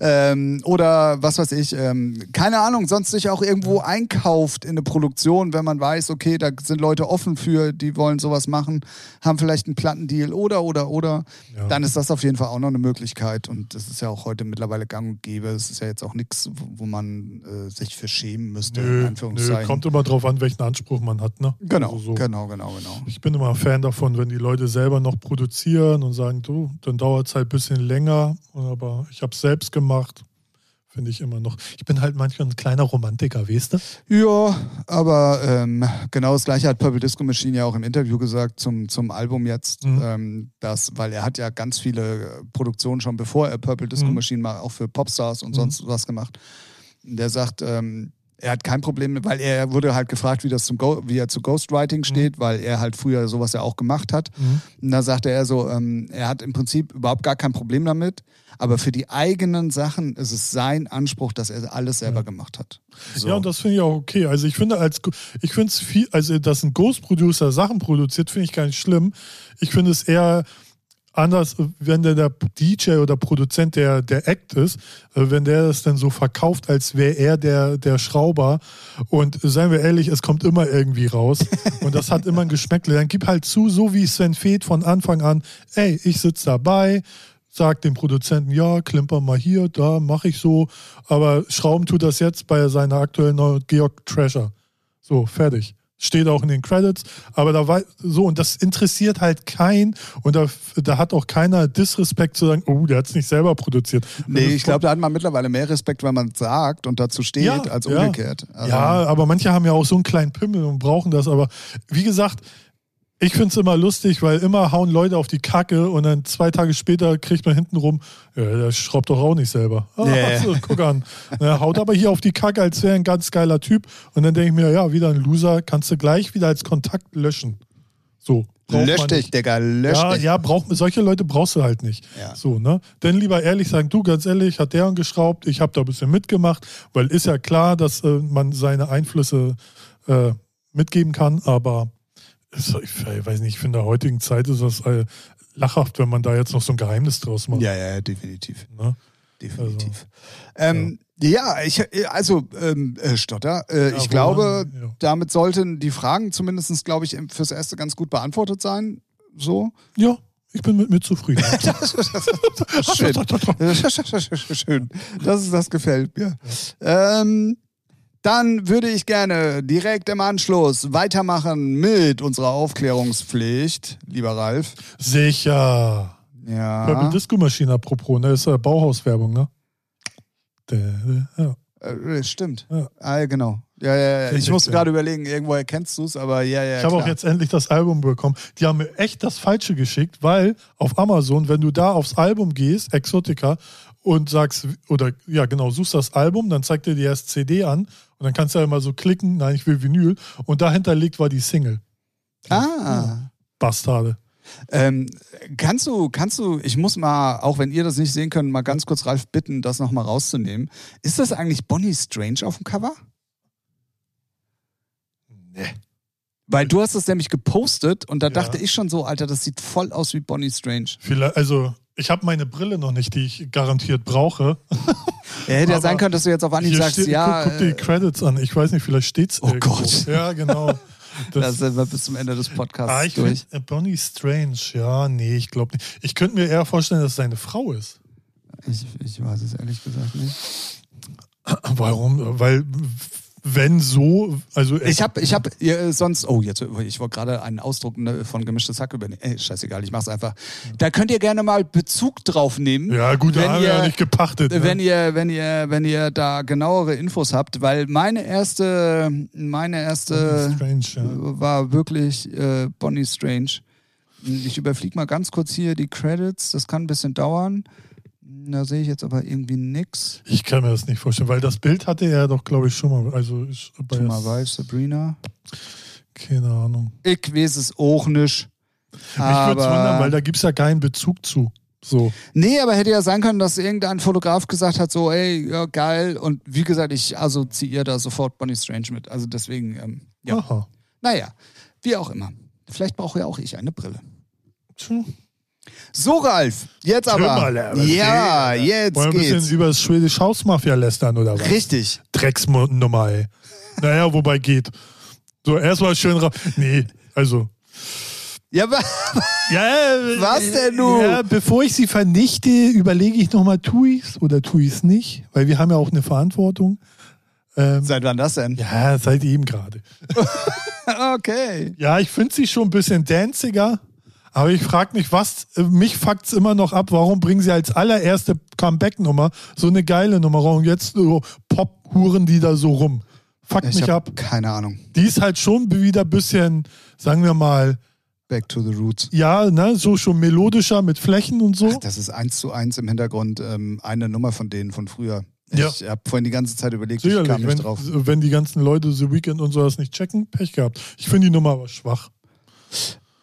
A: ähm, oder was weiß ich, ähm, keine Ahnung, sonst sich auch irgendwo einkauft in eine Produktion, wenn man weiß, okay, da sind Leute offen für, die wollen sowas machen, haben vielleicht einen Plattendeal oder, oder, oder.
B: Ja.
A: Dann ist das auf jeden Fall auch noch eine Möglichkeit und das ist ja auch heute mittlerweile gang und gäbe. Es ist ja jetzt auch nichts, wo wo man äh, sich für schämen müsste, in
B: Nö, nö,
A: Anführungszeichen.
B: kommt immer drauf an, welchen Anspruch man hat. Ne?
A: Genau,
B: Also so.
A: genau, genau, genau.
B: Ich bin immer ein Fan davon, wenn die Leute selber noch produzieren und sagen, du, dann dauert es halt ein bisschen länger, aber ich habe es selbst gemacht. Finde ich immer noch. Ich bin halt manchmal ein kleiner Romantiker, weißt du?
A: Ja, aber ähm, genau das gleiche hat Purple Disco Machine ja auch im Interview gesagt zum, zum Album jetzt,
B: Mhm.
A: ähm, dass, weil er hat ja ganz viele äh, Produktionen schon bevor er Purple Disco
B: Mhm.
A: Machine mal auch für Popstars und
B: Mhm.
A: sonst was gemacht. Der sagt, ähm, er hat kein Problem, mit- weil er wurde halt gefragt, wie das zum Go wie er zu
B: Mhm.
A: Ghostwriting steht, weil er halt früher sowas ja auch gemacht hat. Und da sagte er so, ähm, er hat im Prinzip überhaupt gar kein Problem damit, aber für die eigenen Sachen ist es sein Anspruch, dass er alles selber gemacht hat. So.
B: Ja, und das finde ich auch okay. Also ich finde als ich finde es viel, also dass ein Ghost Producer Sachen produziert, finde ich gar nicht schlimm. Ich finde es eher anders, wenn der, der DJ oder Produzent der der Act ist, äh, wenn der das dann so verkauft, als wäre er der der Schrauber. Und seien wir ehrlich, es kommt immer irgendwie raus und das hat immer ein Geschmäckle. Dann gib halt zu, so wie Sven Feth von Anfang an. Ey, ich sitze dabei. Sag dem Produzenten, ja, klimper mal hier, da mache ich so. Aber Schrauben tut das jetzt bei seiner aktuellen neuen Georg Treasure. So, fertig. Steht auch in den Credits. Aber da war so, und das interessiert halt keinen. Und da, da hat auch keiner Disrespekt zu sagen, oh, der hat es nicht selber produziert.
A: Nee,
B: Also,
A: ich glaube, da hat man mittlerweile mehr Respekt, wenn man sagt und dazu steht,
B: Ja,
A: als
B: ja.
A: umgekehrt. Also,
B: ja, aber manche haben ja auch so einen kleinen Pimmel und brauchen das. Aber wie gesagt, ich finde es immer lustig, weil immer hauen Leute auf die Kacke und dann zwei Tage später kriegt man hinten rum, ja, der schraubt doch auch nicht selber. *laughs* Ah,
A: Nee.
B: so, guck an. Na, haut aber hier auf die Kacke, als wäre ein ganz geiler Typ. Und dann denke ich mir, ja, wieder ein Loser, kannst du gleich wieder als Kontakt löschen. So. braucht
A: Lösch
B: man
A: dich, Digga, lösch
B: ja,
A: dich.
B: ja brauch, solche Leute brauchst du halt nicht.
A: Ja.
B: So, ne? Denn lieber ehrlich sagen, du, ganz ehrlich, hat der geschraubt, ich habe da ein bisschen mitgemacht, weil ist ja klar, dass äh, man seine Einflüsse äh, mitgeben kann, aber es- ich, ich weiß nicht, ich finde, in der heutigen Zeit ist das äh, lachhaft, wenn man da jetzt noch so ein Geheimnis draus macht.
A: ja, ja, definitiv.
B: Ne?
A: Definitiv.
B: Also,
A: ähm, ja. ich, also, ähm, äh, Stotter, äh,
B: Ja,
A: ich
B: woran-
A: glaube,
B: ja.
A: damit sollten die Fragen zumindest, glaube ich, fürs Erste ganz gut beantwortet sein. So.
B: Ja, ich bin mit mir zufrieden.
A: *laughs* Schön. *laughs* Schön. Das, ist, das gefällt mir. Ähm, dann würde ich gerne direkt im Anschluss weitermachen mit unserer Aufklärungspflicht, lieber Ralf.
B: Sicher. Purple
A: Ja.
B: Disco Maschine, apropos, ne? Ist äh, Bauhauswerbung, ne? Da, da, ja.
A: Äh, stimmt.
B: Ja.
A: Ah, ja, genau. Ja, ja, ja.
B: Sehr,
A: Ich
B: sehr
A: musste
B: klar.
A: gerade überlegen, irgendwoher kennst du es, aber ja, ja.
B: Ich habe auch
A: klar.
B: jetzt endlich das Album bekommen. Die haben mir echt das Falsche geschickt, weil auf Amazon, wenn du da aufs Album gehst, Exotica, und sagst, oder ja genau, suchst das Album, dann zeigt er dir erst CD an und dann kannst du ja immer so klicken, nein, ich will Vinyl. Und dahinter liegt war die Single.
A: Ah.
B: Bastarde.
A: Ähm, kannst du, kannst du, ich muss mal, auch wenn ihr das nicht sehen könnt, mal ganz kurz Ralf bitten, das nochmal rauszunehmen. Ist das eigentlich Bonnie Strange auf dem Cover?
B: Nee.
A: Weil du hast es nämlich gepostet und da
B: Ja.
A: dachte ich schon so, Alter, das sieht voll aus wie Bonnie Strange.
B: Vielleicht, also, ich habe meine Brille noch nicht, die ich garantiert brauche.
A: Ja, hätte ja
B: Aber
A: sein können, dass du jetzt auf Anhieb
B: Hier
A: sagst,
B: steht-
A: ja,
B: guck, guck dir die
A: äh,
B: Credits an. Ich weiß nicht, vielleicht steht's
A: Oh
B: irgendwo.
A: Gott.
B: Ja,
A: *laughs*
B: genau.
A: äh, da sind wir bis zum Ende des Podcasts
B: Ah, ich
A: durch.
B: find, äh, Bonnie Strange, ja, nee, ich glaube nicht. Ich könnte mir eher vorstellen, dass es seine Frau ist.
A: Ich, ich weiß es ehrlich gesagt nicht.
B: Warum? Weil, wenn so, also
A: Ich habe, ich habe äh, sonst, oh, jetzt, ich wollte gerade einen Ausdruck ne, von gemischtes Hack übernehmen. Ey, scheißegal, ich mach's einfach. Da könnt ihr gerne mal Bezug drauf nehmen.
B: ja gut, da
A: wenn
B: haben wir
A: ihr-
B: ja nicht gepachtet. Ne?
A: Wenn ihr, wenn ihr, wenn ihr da genauere Infos habt, weil meine erste, meine erste
B: Bonnie Strange, ja.
A: war wirklich äh, Bonnie Strange. Ich überfliege mal ganz kurz hier die Credits, das kann ein bisschen dauern. Da sehe ich jetzt aber irgendwie nix.
B: Ich kann mir das nicht vorstellen, weil das Bild hatte er doch, glaube ich, schon mal. Also ich, bei
A: Schon mal weiß, Sabrina.
B: keine Ahnung.
A: Ich weiß es auch nicht.
B: Mich würde es wundern, weil
A: Aber
B: da gibt es ja keinen Bezug zu. So.
A: Nee, aber hätte ja sein können, dass irgendein Fotograf gesagt hat, so, ey, ja, geil. Und wie gesagt, ich assoziiere da sofort Bonnie Strange mit. Also deswegen, ähm, ja.
B: Aha.
A: Naja, wie auch immer. Vielleicht brauche ja auch ich eine Brille.
B: Tschüss.
A: So, Ralf, jetzt aber.
B: Trümmerle, aber
A: ja,
B: geht.
A: jetzt
B: Wollen wir ein
A: geht's.
B: bisschen über das schwedische Hausmafia lästern oder was?
A: Richtig.
B: Drecksnummer, ey. Naja, wobei geht. So, erstmal schön raus. Nee, also.
A: Ja, aber
B: Ja, äh,
A: Was denn nun?
B: Ja, bevor ich sie vernichte, überlege ich nochmal, tu ich's oder tu ich's nicht? Weil wir haben ja auch eine Verantwortung. Ähm,
A: *laughs* seit wann das denn?
B: ja, seit eben gerade.
A: *laughs* Okay.
B: Ja, ich finde sie schon ein bisschen danziger, aber ich frage mich, was, äh, mich fuckt's immer noch ab, warum bringen sie als allererste Comeback-Nummer so eine geile Nummer raus und jetzt so Pop-Huren die da so rum. Fuckt
A: Ich
B: mich
A: habe
B: ab.
A: keine Ahnung.
B: Die ist halt schon wieder ein bisschen, sagen wir mal,
A: Back to the Roots.
B: ja, ne, so schon melodischer mit Flächen und so.
A: Ach, das ist eins zu eins im Hintergrund ähm, eine Nummer von denen von früher.
B: Ja.
A: Ich habe vorhin die ganze Zeit überlegt, ich kam
B: Sicherlich,
A: nicht
B: wenn,
A: drauf.
B: wenn die ganzen Leute The Weekend und so das nicht checken, Pech gehabt. Ich finde die Nummer aber schwach.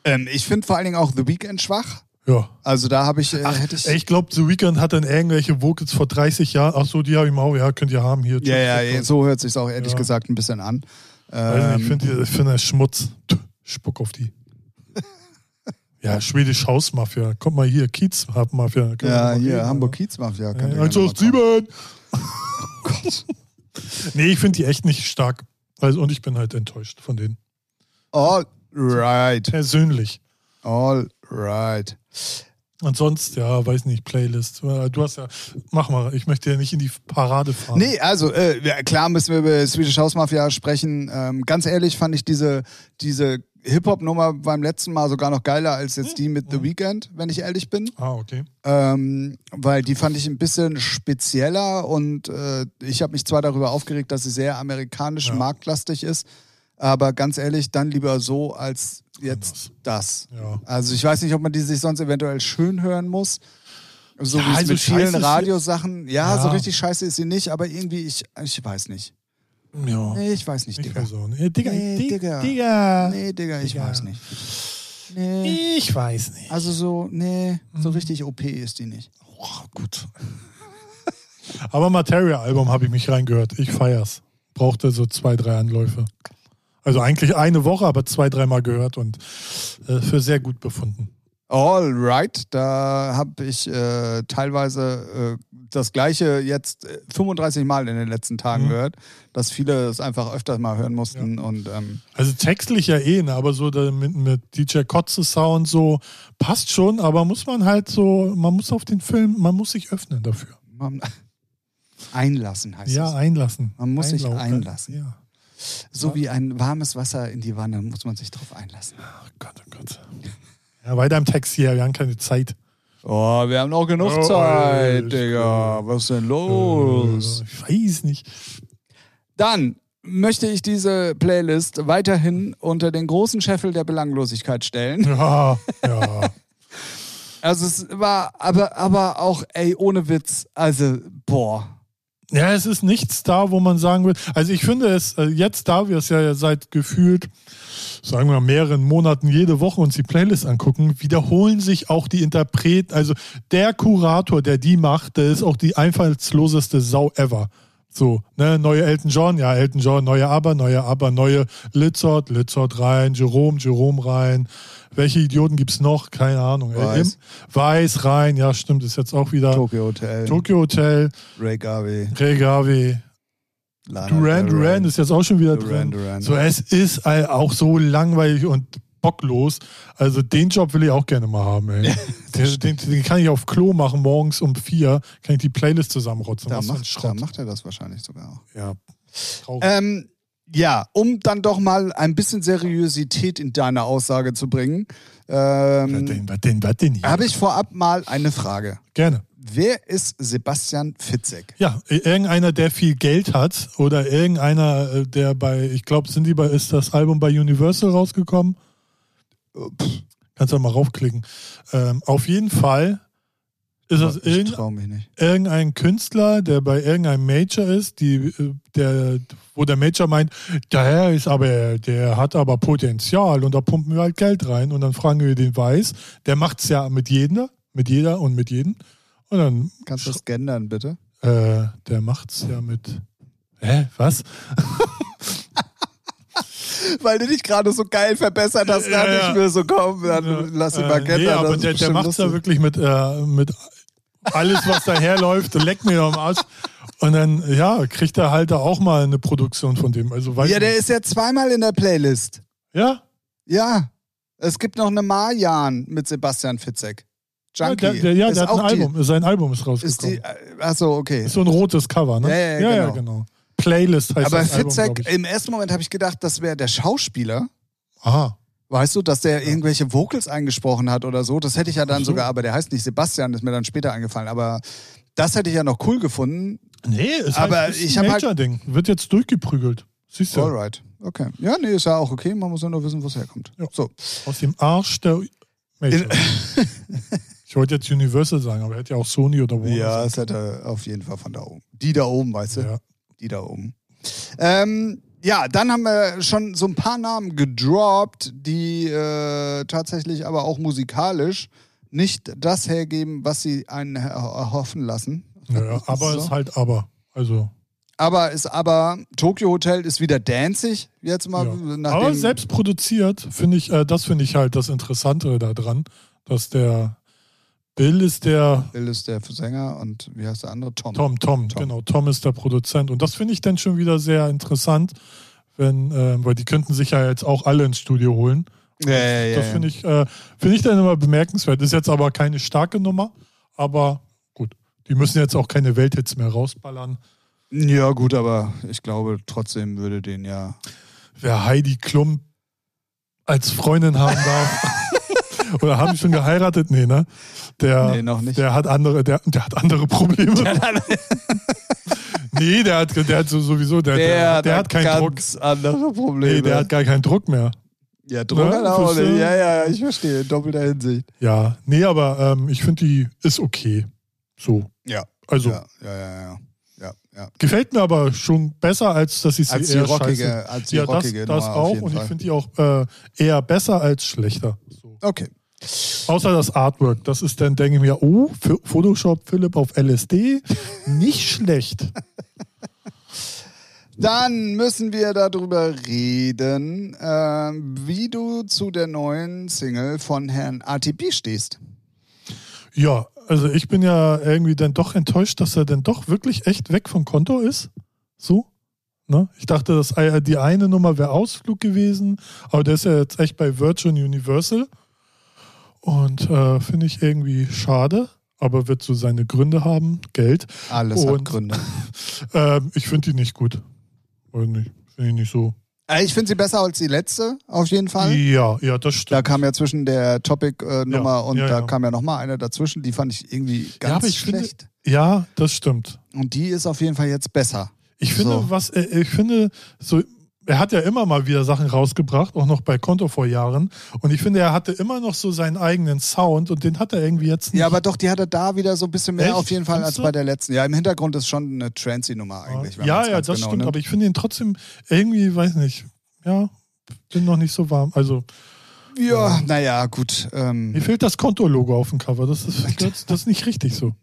A: Ähm, ich finde vor allen Dingen auch The Weeknd schwach.
B: Ja.
A: Also da habe ich, äh, hätte ich.
B: Ey, Ich glaube, The Weekend hat dann irgendwelche Vocals vor 30 Jahren. Ach so, die habe ich mal, ja, könnt ihr haben hier.
A: Ja, ja, ja, so hört sich auch ehrlich
B: Ja.
A: gesagt ein bisschen an.
B: Weiß nicht, ich
A: Ähm,
B: finde die- ich finde das Schmutz. Tch, Spuck auf
A: *laughs*
B: die. Ja, schwedisch Hausmafia. Kommt mal hier, Kiez Mafia. Können wir
A: ja,
B: mal
A: hier,
B: reden,
A: Hamburg Kiez Mafia.
B: Ja,
A: könnte
B: ja, Äh, eins,
A: gerne
B: zwei,
A: mal kommen. Oh
B: sieben.
A: *laughs*
B: Nee, ich finde die echt nicht stark. Also, und ich bin halt enttäuscht von denen.
A: All right,
B: Persönlich.
A: all right.
B: Und sonst, ja, weiß nicht, Playlist. Äh, Du hast ja, mach mal, ich möchte ja nicht in die Parade fahren.
A: Nee, also äh, ja, klar müssen wir über Swedish House Mafia sprechen. Ähm, ganz ehrlich fand ich diese, diese Hip-Hop-Nummer beim letzten Mal sogar noch geiler als
B: Hm.
A: jetzt die mit The Weeknd, wenn ich ehrlich bin.
B: Ah, okay.
A: ähm, weil die fand ich ein bisschen spezieller und äh, ich habe mich zwar darüber aufgeregt, dass sie sehr amerikanisch
B: Ja.
A: marktlastig ist, aber ganz ehrlich, dann lieber so als jetzt das.
B: Ja.
A: Also ich weiß nicht, ob man die sich sonst eventuell schön hören muss. So
B: Ja,
A: wie es
B: also
A: mit vielen
B: scheiße ist-
A: Radiosachen. Ja,
B: Ja.
A: so richtig scheiße ist sie nicht, aber irgendwie, ich, ich weiß nicht.
B: Ja.
A: Nee, ich weiß nicht,
B: ich
A: Digga.
B: weiß auch nicht. Ja, Digga,
A: Nee,
B: Dig-
A: Digga.
B: Digga.
A: Nee, Digga, ich
B: Digga.
A: weiß nicht. Nee.
B: Ich weiß nicht.
A: Also so, nee, so
B: Mhm.
A: richtig OP ist die nicht.
B: Oh, gut. Aber Materia-Album habe ich mich reingehört. Ich feier's. Brauchte so zwei, drei Anläufe. Also eigentlich eine Woche, aber zwei, dreimal gehört und äh, für sehr gut befunden.
A: Alright, da habe ich äh, teilweise äh, das gleiche jetzt äh, 35 Mal in den letzten Tagen gehört, dass viele es einfach öfters mal hören mussten und ähm,
B: Also textlich ja eh, ne, aber so da mit, mit DJ Kotze Sound so passt schon, aber muss man halt so, man muss auf den Film, man muss sich öffnen dafür.
A: man, *laughs* einlassen heißt
B: ja,
A: es.
B: einlassen.
A: Man muss sich
B: Einlau-
A: einlassen.
B: Ja.
A: So wie ein warmes Wasser in die Wanne muss man sich drauf einlassen.
B: Oh Gott, oh Gott. Ja, weiter im Text hier, wir haben keine Zeit.
A: Oh, wir haben noch genug
B: Oh, Zeit, alles Digga.
A: Was ist denn
B: Äh, Ich weiß nicht.
A: *laughs* Dann möchte ich diese Playlist weiterhin unter den großen Scheffel der Belanglosigkeit stellen.
B: Ja, ja.
A: Also es war aber, aber auch, ey, ohne Witz, also boah.
B: Ja, es ist nichts da, wo man sagen will. Also ich finde es äh, jetzt, da wir es ja seit gefühlt, sagen wir mal, mehreren Monaten jede Woche uns die Playlist angucken, wiederholen sich auch die Interpreten. Also der Kurator, der die macht, der ist auch die einfallsloseste Sau ever. So, ne, neue Elton John, ja, Elton John, neue Aber, neue Aber, neue Lizard, Lizard rein, Jerome, Jerome rein. Welche Idioten gibt's noch? Keine Ahnung. Äh,
A: Weiß.
B: Im- Weiß rein, ja, stimmt, ist jetzt auch wieder.
A: Tokyo Hotel,
B: Tokyo Hotel,
A: Ray Garvey,
B: Ray Garvey,
A: Lana
B: Ah, Duran
A: Del Rey,
B: Duran ist jetzt auch schon wieder
A: Duran
B: drin.
A: Duran.
B: So, es ist all- auch so langweilig und bocklos. Also den Job will ich auch gerne mal haben,
A: *laughs*
B: ey. den, den, den kann ich auf Klo machen morgens um vier, kann ich die Playlist zusammenrotzen.
A: da,
B: Was für ein
A: macht, da
B: Schrott.
A: macht er das wahrscheinlich sogar auch.
B: Ja. Traurig.
A: Ähm, ja, um dann doch mal ein bisschen Seriosität in deine Aussage zu bringen,
B: was
A: ähm,
B: denn, was denn, was denn hier?
A: habe ich vorab mal eine Frage.
B: gerne.
A: Wer ist Sebastian Fitzek?
B: Ja, irgendeiner, der viel Geld hat oder irgendeiner, äh, der bei, ich glaube, sind die bei, ist das Album bei Universal rausgekommen? Pff, Kannst du mal raufklicken. Ähm, auf jeden Fall ist das
A: ich
B: irgendein
A: traue mich nicht.
B: irgendein Künstler, der bei irgendeinem Major ist, die, äh, der, wo der Major meint, der ist aber, der hat aber Potenzial und da pumpen wir halt Geld rein und dann fragen wir den Weiß, der macht's ja mit jedem, Mit jeder und mit jedem. Und dann,
A: Kannst du das gendern, bitte?
B: äh, der macht's ja mit. Hä? Was?
A: Weil du dich gerade so geil verbessert hast,
B: Ja,
A: kann
B: ja.
A: nicht mehr so kommen. Dann lass ihn mal
B: äh,
A: gendern.
B: nee, aber
A: das ist
B: der, der
A: bestimmt
B: macht's ja
A: lustig.
B: wirklich mit, äh, mit alles, was daherläuft, leckt mir am Arsch. Und dann, ja, kriegt er halt da auch mal eine Produktion von dem. Also weiß
A: Ja, der
B: nicht.
A: ist ja zweimal in der Playlist.
B: ja?
A: Ja. Es gibt noch eine Marjan mit Sebastian Fitzek.
B: ja,
A: Junkie.
B: der, der, ja,
A: Ist
B: der hat ein
A: auch die-
B: Album. Sein Album ist rausgekommen.
A: Ist die, achso, okay.
B: Ist so ein rotes Cover, ne?
A: Ja, ja, ja, genau.
B: Playlist heißt
A: Aber
B: das Album, glaub
A: Fitzek,
B: ich.
A: im ersten Moment habe ich gedacht, das wäre der Schauspieler.
B: Aha.
A: Weißt du, dass der irgendwelche Vocals eingesprochen hat oder so? Das hätte ich ja dann
B: Ach so.
A: sogar, aber der heißt nicht Sebastian, ist mir dann später eingefallen. Aber das hätte ich ja noch cool gefunden.
B: Nee, ist
A: Aber
B: halt, ist
A: ich
B: ein
A: hab halt-
B: Major-Ding. Wird jetzt durchgeprügelt. Siehst du,
A: Alright, okay. Ja, nee, ist ja auch okay. Man muss ja nur wissen, wo es herkommt.
B: Ja.
A: So.
B: aus dem Arsch der
A: *laughs*
B: Major. ich wollte jetzt Universal sagen, aber hätte ja auch Sony oder Warner.
A: Ja,
B: sein
A: es hätte auf jeden Fall von da oben. Die da oben, weißt du?
B: können. ja.
A: Die da oben. Ähm, ja, dann haben wir schon so ein paar Namen gedroppt, die äh, tatsächlich aber auch musikalisch nicht das hergeben, was sie einen er- erhoffen lassen.
B: Naja, aber
A: So.
B: ist halt aber. Also,
A: Aber ist aber Tokyo Hotel ist wieder danzig jetzt mal
B: ja.
A: nachdem
B: aber selbst produziert, finde ich, äh, das finde ich halt das Interessantere daran, dass der Bill ist der
A: Bill ist der Sänger und wie heißt der andere Tom.
B: Tom, Tom,
A: Tom.
B: genau. Tom ist der Produzent. Und das finde ich dann schon wieder sehr interessant, wenn, ähm, weil die könnten sich ja jetzt auch alle ins Studio holen.
A: Ja, ja, ja,
B: das
A: ja.
B: finde ich, äh, finde ich dann immer bemerkenswert. Ist jetzt aber keine starke Nummer, aber gut. Die müssen jetzt auch keine Welthits mehr rausballern.
A: Ja gut, aber ich glaube trotzdem würde den ja
B: Wer Heidi Klum als Freundin haben darf.
A: *laughs*
B: Oder haben die schon geheiratet? Nee, ne? Der,
A: Nee, noch nicht. *laughs*
B: der hat andere, der, der hat andere Probleme. nee, der hat, der hat so- sowieso, der, der, der, hat keinen Druck.
A: andere Probleme.
B: Nee, der hat gar keinen Druck mehr.
A: ja, Druck
B: Ne?
A: hat er auch
B: Verstehe.
A: nicht. Ja, ja, ja, ich verstehe. In doppelter Hinsicht.
B: Ja, nee, aber ähm, ich finde, die ist okay. So.
A: Ja.
B: Also,
A: Ja, ja, ja, ja. ja, ja.
B: gefällt mir aber schon besser, als dass ich sie
A: Als die
B: eher
A: rockige,
B: scheiße.
A: als die
B: Ja, das,
A: rockige
B: das
A: Nummer auf
B: auch.
A: jeden
B: Und ich
A: Fall.
B: finde die auch äh, eher besser als schlechter. So.
A: Okay.
B: Außer das Artwork. Das ist dann, denke ich mir, oh, F- Photoshop Philipp auf LSD. Nicht schlecht.
A: Dann müssen wir darüber reden, ähm, wie du zu der neuen Single von Herrn ATP stehst.
B: Ja, also ich bin ja irgendwie dann doch enttäuscht, dass er dann doch wirklich echt weg vom Konto ist. So. Ne? Ich dachte, das, ei- die eine Nummer wäre Ausflug gewesen, aber der ist ja jetzt echt bei Virgin Universal. Und äh, finde ich irgendwie schade, aber wird so seine Gründe haben. Geld.
A: Alles hat
B: Und-
A: Gründe.
B: Ähm, ich finde die nicht gut. Weiß nicht. Finde ich nicht so.
A: Äh, Ich finde sie besser als die letzte, auf jeden Fall.
B: Ja, ja, das
A: Da
B: stimmt.
A: kam ja zwischen der Topic-Nummer
B: Ja,
A: und
B: ja,
A: da
B: ja.
A: kam ja nochmal eine dazwischen. Die fand ich irgendwie
B: Ja,
A: ganz
B: aber ich finde-
A: schlecht.
B: Ja, das stimmt.
A: Und die ist auf jeden Fall jetzt besser.
B: Ich finde,
A: So.
B: was er, ich finde, so, er hat ja immer mal wieder Sachen rausgebracht, auch noch bei Konto vor Jahren. Und ich finde, er hatte immer noch so seinen eigenen Sound und den hat er irgendwie jetzt nicht.
A: Ja, aber doch, die hatte da wieder so ein bisschen mehr
B: Echt?
A: auf jeden Fall
B: Findest du?
A: als bei der letzten. Ja, im Hintergrund ist schon eine Trancy-Nummer eigentlich. wenn
B: ja,
A: man's
B: ja,
A: ganz
B: das
A: genau
B: stimmt.
A: nimmt.
B: Aber ich finde ihn trotzdem irgendwie, weiß nicht, ja, bin noch nicht so warm. Also,
A: ja, naja, gut. Ähm,
B: mir fehlt das Konto-Logo auf dem Cover. Das ist, das, das ist nicht richtig
A: *laughs*
B: so.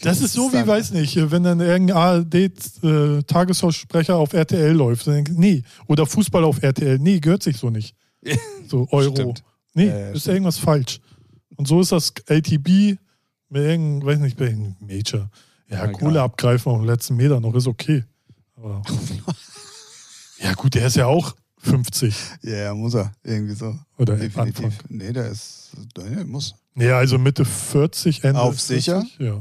B: Das ist so wie,
A: dann-
B: weiß nicht, wenn dann irgendein ARD-Tagesschausprecher äh, auf RTL läuft. Dann denk ich, nee. Oder Fußball auf RTL. Nee, gehört sich so
A: *laughs*
B: nicht. So Euro.
A: Stimmt.
B: Nee,
A: Ja, ja,
B: ist
A: stimmt.
B: irgendwas falsch. Und so ist das ATB mit irgendeinem, weiß nicht, bei irgendeinem Major. Ja,
A: Ja,
B: Kohle
A: egal.
B: abgreifen auf den letzten Meter noch, ist okay.
A: *laughs*
B: Aber ja, gut, der ist ja auch 50
A: Ja, muss er. Irgendwie so.
B: oder Anfang.
A: Definitiv. Nee, der ist. Nee, muss.
B: Nee, also Mitte 40, Ende
A: Auf sicher?
B: 40, ja.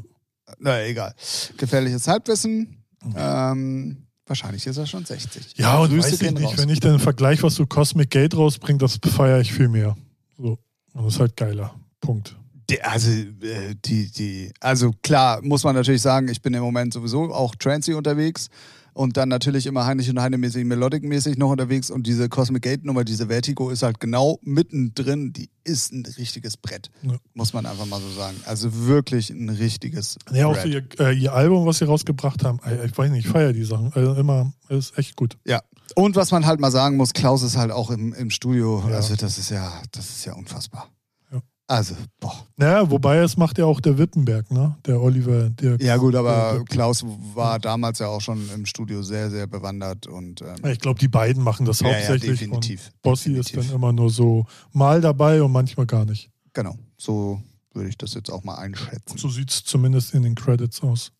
A: Na, egal. Gefährliches Halbwissen. Ähm, wahrscheinlich ist er schon 60.
B: Ja, und
A: Grüße
B: weiß ich
A: gehen
B: nicht,
A: raus.
B: wenn ich dann vergleiche, was so Cosmic Gate rausbringt, das feiere ich viel mehr. So. Und das ist halt geiler. Punkt.
A: Die, also, äh, die, die, also klar, muss man natürlich sagen, ich bin im Moment sowieso auch trancy unterwegs und dann natürlich immer Heinrich und Heine-mäßig, Melodic-mäßig noch unterwegs und diese Cosmic Gate-Nummer, diese Vertigo ist halt genau mittendrin, die ist ein richtiges Brett,
B: Ja.
A: muss man einfach mal so sagen. Also wirklich ein richtiges
B: Nee, auch so
A: Brett.
B: ihr, äh, ihr Album, was sie rausgebracht haben, ich, ich weiß nicht, ich feiere die Sachen. Also immer, ist echt gut.
A: Ja. Und was man halt mal sagen muss, Klaus ist halt auch im, im Studio,
B: Ja.
A: also das ist ja, das ist ja unfassbar.
B: Ja.
A: Also, boah.
B: Naja, wobei es macht ja auch der Wittenberg, ne? Der Oliver, der
A: Ja, gut, aber Klaus war damals ja auch schon im Studio sehr, sehr bewandert und ähm,
B: Ich glaube, die beiden machen das
A: Ja, ja,
B: hauptsächlich.
A: definitiv,
B: Und Bossi ist
A: definitiv.
B: dann immer nur so mal dabei und manchmal gar nicht.
A: genau, so würde ich das jetzt auch mal einschätzen.
B: So sieht es zumindest in den Credits aus.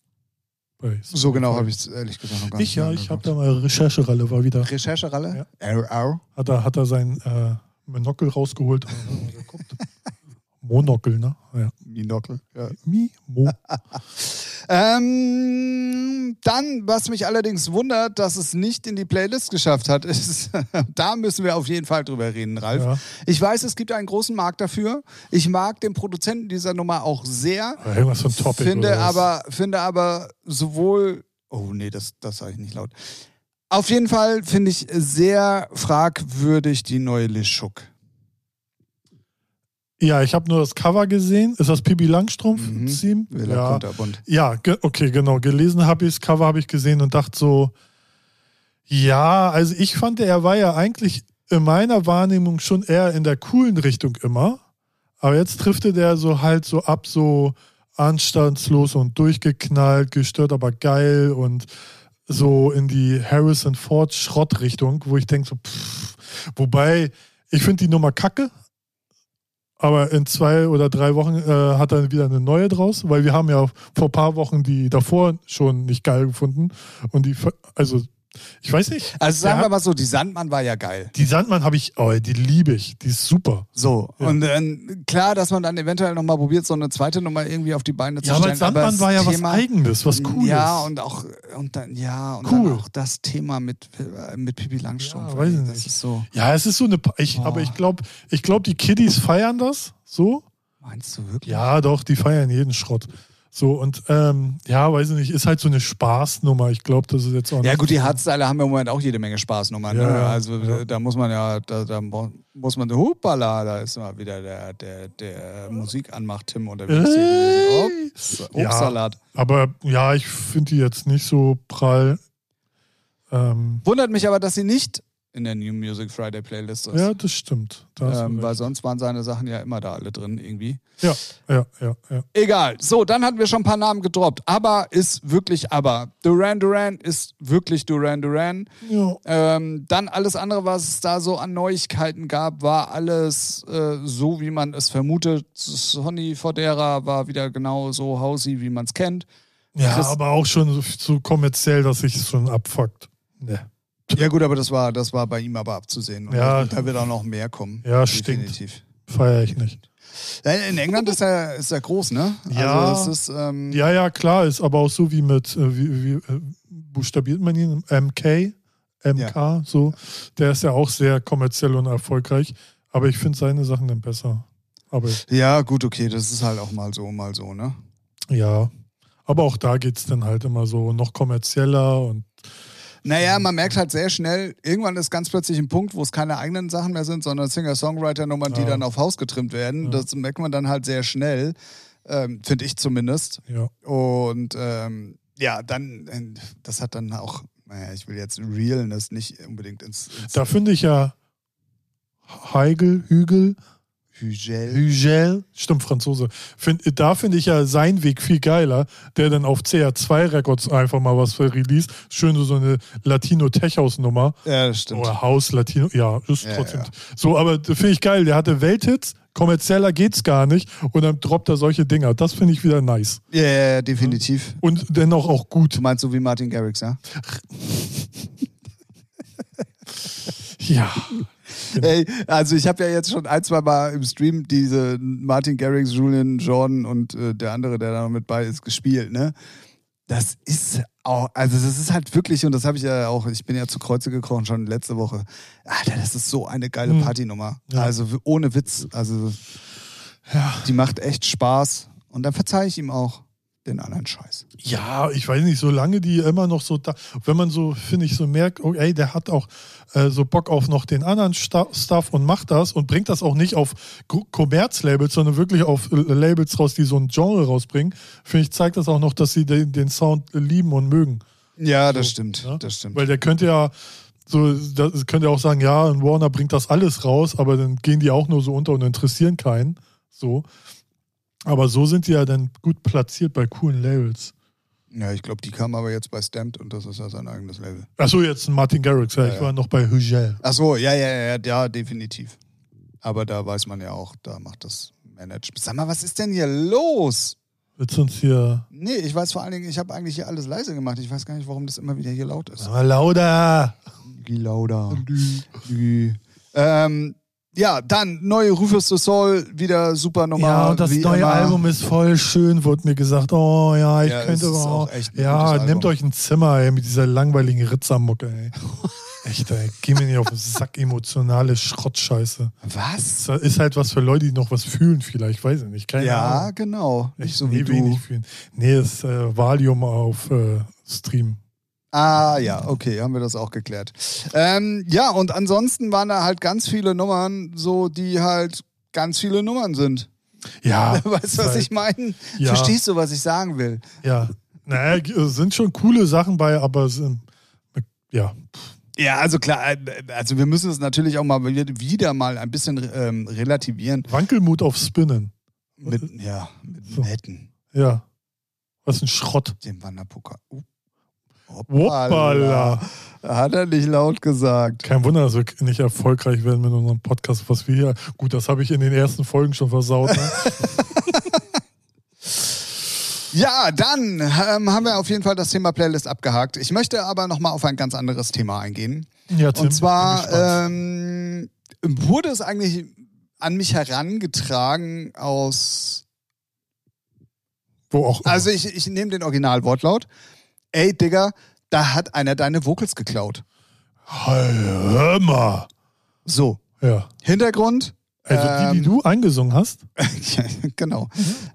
B: Bei
A: So genau habe ich es ehrlich gesagt noch gar
B: Ich
A: nicht
B: ja, ich habe da
A: angeguckt.
B: mal Rechercherelle war wieder.
A: Rechercheralle? RR?
B: Hat er, hat er sein äh, Monokel rausgeholt. und mal
A: *laughs*
B: geguckt. Monokel, ne? Ja.
A: Minockel. Ja.
B: Mi, Mo.
A: Ähm, dann, was mich allerdings wundert, dass es nicht in die Playlist geschafft hat, *laughs* ist, da müssen wir auf jeden Fall drüber reden, Ralf.
B: Ja.
A: Ich weiß, es gibt einen großen Markt dafür. Ich mag den Produzenten dieser Nummer auch sehr.
B: Irgendwas von Topic.
A: finde
B: oder was.
A: aber, finde aber sowohl. Oh nee, das, das sage ich nicht laut. Auf jeden Fall finde ich sehr fragwürdig die neue Lischuk.
B: Ja, ich habe nur das Cover gesehen. Ist das Pibi
A: Mhm.
B: Langstrumpf-Theme?
A: Villa
B: Ja.
A: Kunterbund.
B: Ja, ge okay, genau. Gelesen habe ich das Cover habe ich gesehen und dachte so, ja, also ich fand, er war ja eigentlich in meiner Wahrnehmung schon eher in der coolen Richtung immer. Aber jetzt triffte der so halt so ab, so anstandslos und durchgeknallt, gestört, aber geil und so in die Harrison Ford Schrottrichtung, wo ich denke so, pff, wobei ich finde die Nummer kacke, aber in zwei oder drei Wochen äh, hat er wieder eine neue draus, weil wir haben ja vor ein paar Wochen die davor schon nicht geil gefunden und die, ver- also ich weiß nicht,
A: Also sagen
B: Ja.
A: wir mal so, die Sandmann war ja geil.
B: die Sandmann habe ich, oh, die liebe ich, die ist super.
A: So,
B: Ja.
A: und ähm, klar, dass man dann eventuell nochmal probiert, so eine zweite Nummer irgendwie auf die Beine zu
B: Ja, aber
A: stellen.
B: Sandmann
A: das
B: war ja
A: Thema-
B: was Eigenes, was Cooles.
A: Ja, und auch, und dann, ja, und
B: Cool.
A: dann auch das Thema mit, äh, mit Pippi Langstrumpf.
B: Ja, weiß ich
A: ey,
B: nicht.
A: das ist so,
B: Ja, es ist so eine. Pa ich,
A: Oh.
B: Aber ich glaube, ich glaub, die Kiddies feiern das so.
A: meinst du wirklich?
B: Ja, doch, die feiern jeden Schrott. So und ähm, ja, weiß ich nicht, ist halt so eine Spaßnummer. Ich glaube, das ist jetzt auch.
A: Ja
B: nicht-
A: gut, die Hardstyler haben ja im Moment auch jede Menge Spaßnummern.
B: Ja,
A: ne?
B: ja.
A: Also
B: Ja.
A: da muss man ja, da, da mo- muss man so, hupala, da ist mal wieder der, der, der Musikanmacht-Tim unterwegs.
B: Hey.
A: Hey. Obstsalat.
B: Äh, Aber ja, ich finde die jetzt nicht so prall. Ähm,
A: Wundert mich aber, dass sie nicht in der New Music Friday Playlist ist.
B: ja, das stimmt. Da hast du
A: ähm, weil
B: recht.
A: sonst waren seine Sachen ja immer da alle drin irgendwie.
B: ja, ja, ja.
A: Egal. So, dann hatten wir schon ein paar Namen gedroppt. Aber ist wirklich aber. Duran Duran ist wirklich Duran Duran.
B: ja.
A: Ähm, dann alles andere, was es da so an Neuigkeiten gab, war alles äh, so, wie man es vermutet. Sonny Fodera war wieder genau so hausy, wie man es kennt.
B: Ja,
A: Das-
B: aber auch schon so, so kommerziell, dass sich schon abfuckt. Ne.
A: Ja gut, aber das war, das war bei ihm aber abzusehen. Und
B: Ja.
A: Da wird auch noch mehr kommen.
B: Ja, stinkt.
A: Definitiv.
B: Feier ich nicht.
A: Äh, In England ist er, ist er groß, ne?
B: Ja.
A: Also es ist, ähm,
B: Ja, ja, klar, ist aber auch so wie mit, äh, wie, wie äh, buchstabiert man ihn? MK, MK, so. Der ist ja auch sehr kommerziell und erfolgreich, aber ich finde seine Sachen dann besser. Aber
A: ja, gut, okay, das ist halt auch mal so, mal so, ne?
B: ja, aber auch da geht es dann halt immer so noch kommerzieller und
A: Naja, man merkt halt sehr schnell, irgendwann ist ganz plötzlich ein Punkt, wo es keine eigenen Sachen mehr sind, sondern Singer-Songwriter-Nummern, die
B: Ja.
A: dann auf Haus getrimmt werden. Das merkt man dann halt sehr schnell, ähm, finde ich zumindest.
B: ja.
A: Und ähm, ja, dann, äh, das hat dann auch, naja, ich will jetzt Realness nicht unbedingt ins, ins
B: Da finde ich ja Heigel, Hügel,
A: Hügel.
B: Hügel, stimmt, Franzose. Find, da finde ich ja seinen Weg viel geiler, der dann auf CR2 Records einfach mal was für Release. Schön so eine Latino-Tech-House-Nummer.
A: Ja, das stimmt.
B: Oder House Latino, ja, ist
A: Ja,
B: trotzdem.
A: ja.
B: So, aber das finde ich geil. Der hatte Welthits, kommerzieller geht's gar nicht. Und dann droppt er solche Dinger. Das finde ich wieder nice.
A: Ja, ja, ja, definitiv.
B: Und dennoch auch gut.
A: Du meinst so wie Martin Garrix, ja?
B: Ja.
A: Ey, also ich habe ja jetzt schon ein, zwei Mal im Stream diese Martin Garrix, Julian Jordan und äh, der andere, der da noch mit bei ist, gespielt, ne? Das ist auch, also das ist halt wirklich, und das habe ich ja auch, ich bin ja zu Kreuze gekrochen schon letzte Woche. Alter, das ist so eine geile
B: Hm.
A: Partynummer.
B: Ja.
A: Also w- ohne Witz. Also die macht echt Spaß. Und dann verzeihe ich ihm auch den anderen Scheiß.
B: Ja, ich weiß nicht, solange die immer noch so da, wenn man so, finde ich, so merkt, oh, ey, der hat auch äh, so Bock auf noch den anderen Sta Stuff und macht das und bringt das auch nicht auf Gro- Kommerzlabels, sondern wirklich auf äh, Labels raus, die so ein Genre rausbringen, finde ich, zeigt das auch noch, dass sie den, den Sound lieben und mögen.
A: Ja, das
B: So,
A: stimmt.
B: ne?
A: Das stimmt.
B: Weil der könnte ja so, das könnte ja auch sagen, ja, ein Warner bringt das alles raus, aber dann gehen die auch nur so unter und interessieren keinen. so. Aber so sind die ja dann gut platziert bei coolen Labels.
A: Ja, ich glaube, die kam aber jetzt bei Stamped und das ist ja sein eigenes Label.
B: Achso, jetzt Martin Garrix, ja,
A: Ja,
B: ich
A: ja.
B: war noch bei Hugel.
A: Ach so, ja, ja, ja, ja, definitiv. Aber da weiß man ja auch, da macht das Management. Sag mal, was ist denn hier los?
B: Willst du uns hier.
A: Nee, ich weiß vor allen Dingen, ich habe eigentlich hier alles leise gemacht. Ich weiß gar nicht, warum das immer wieder hier laut ist.
B: Sag mal lauter!
A: Die lauter. Die. Ähm, ja, dann neue Rufus the Soul, wieder super Nummer.
B: Ja, und das
A: wie
B: neue
A: immer.
B: Album ist voll schön, wurde mir gesagt. Oh ja, ich
A: Ja, es
B: könnte
A: ist
B: aber auch.
A: auch echt ein gutes
B: ja,
A: Album.
B: nehmt euch ein Zimmer ey, mit dieser langweiligen Ritzermucke,
A: *laughs*
B: ey. Echt, ey, geh mir nicht auf den Sack emotionale Schrottscheiße.
A: Was?
B: Das ist halt was für Leute, die noch was fühlen, vielleicht, weiß ich nicht. Keine
A: Ja,
B: Ahnung.
A: genau. Nicht
B: Echt,
A: so wie
B: nee,
A: du.
B: wenig fühlen. Nee, ist äh, Valium auf äh, Stream.
A: Ah ja, okay, haben wir das auch geklärt. Ähm, ja, und ansonsten waren da halt ganz viele Nummern, so die halt ganz viele Nummern sind.
B: Ja.
A: *laughs* Weißt du, was ich meine?
B: Ja.
A: Verstehst du, was ich sagen will?
B: Ja. Naja, g- äh, sind schon coole Sachen bei, aber sind, ja.
A: Ja, also klar, äh, also wir müssen es natürlich auch mal wieder wieder mal ein bisschen ähm, relativieren
B: Wankelmut auf Spinnen.
A: mit, ja, mit
B: Mhm. So.
A: Netten,
B: Ja. Was ein Schrott.
A: dem Wanderpoker. Uh.
B: Hoppala.
A: Hat er nicht laut gesagt.
B: Kein Wunder, dass wir nicht erfolgreich werden mit unserem Podcast, was wir hier. Gut, das habe ich in den ersten Folgen schon versaut. Ne?
A: Ja, dann ähm, haben wir auf jeden Fall das Thema Playlist abgehakt. Ich möchte aber nochmal auf ein ganz anderes Thema eingehen.
B: *laughs* Ja, Tim,
A: Und zwar
B: bin gespannt.
A: ähm, wurde es eigentlich an mich herangetragen aus.
B: Wo auch. immer.
A: Also ich, ich nehme den Originalwortlaut. Ey, Digga, da hat einer deine Vocals geklaut.
B: Hör mal.
A: So,
B: Ja.
A: Hintergrund.
B: Also die,
A: ähm,
B: die du eingesungen hast.
A: Ja, *laughs* genau.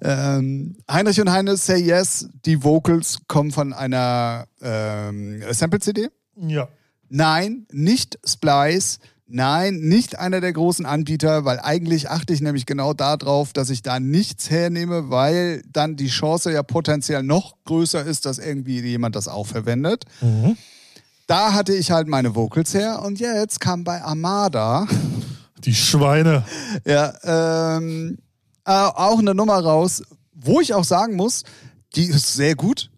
A: Ähm, Heinrich und Heine Say Yes, die Vocals kommen von einer ähm, Sample-CD.
B: Ja.
A: Nein, nicht Splice. Nein, nicht einer der großen Anbieter, weil eigentlich achte ich nämlich genau darauf, dass ich da nichts hernehme, weil dann die Chance ja potenziell noch größer ist, dass irgendwie jemand das auch verwendet.
B: Mhm.
A: Da hatte ich halt meine Vocals her und jetzt kam bei Armada *laughs*
B: Die Schweine.
A: ja, ähm, äh, auch eine Nummer raus, wo ich auch sagen muss, die ist sehr gut,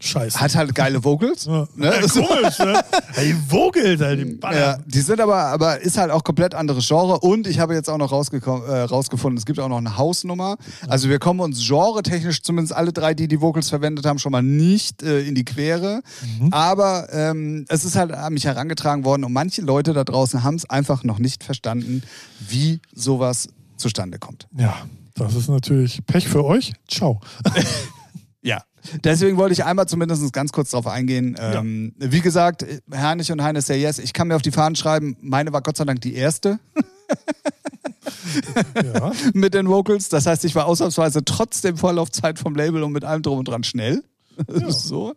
B: Scheiße.
A: hat halt geile Vocals.
B: ja.
A: Ne?
B: *laughs* Ja, komisch, ne? Ey, Vogel, ey, die
A: Ja,
B: Baller.
A: die sind aber, aber ist halt auch komplett anderes Genre. Und ich habe jetzt auch noch rausgekommen, äh, rausgefunden, es gibt auch noch eine Hausnummer. Also wir kommen uns genre-technisch zumindest alle drei, die die Vocals verwendet haben, schon mal nicht äh, in die Quere. Aber ähm, es ist halt an mich herangetragen worden und manche Leute da draußen haben es einfach noch nicht verstanden, wie sowas zustande kommt.
B: Ja. das ist natürlich Pech für euch. Ciao.
A: Ja. Deswegen wollte ich einmal zumindest ganz kurz darauf eingehen. Ähm, Wie gesagt, Herrnich und Heine say yes. Ich kann mir auf die Fahnen schreiben, meine war Gott sei Dank die erste
B: Ja.
A: mit den Vocals. Das heißt, ich war ausnahmsweise trotzdem Vorlaufzeit vom Label und mit allem drum und dran schnell. *laughs* so.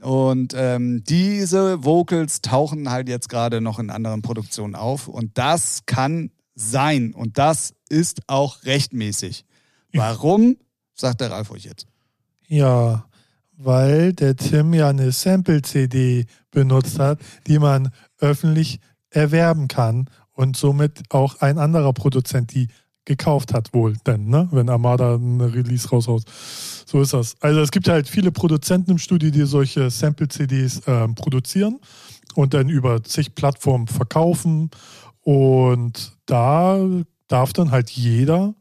A: Und ähm, diese Vocals tauchen halt jetzt gerade noch in anderen Produktionen auf. Und das kann sein. Und das ist auch rechtmäßig. Warum? Sagt der Ralf euch jetzt.
B: Ja, weil der Tim ja eine Sample-CD benutzt hat, die man öffentlich erwerben kann und somit auch ein anderer Produzent die gekauft hat wohl denn, ne? wenn Armada ein Release raushaut. So ist das. Also es gibt halt viele Produzenten im Studio, die solche Sample-CDs ähm, produzieren und dann über zig Plattformen verkaufen und da darf dann halt jeder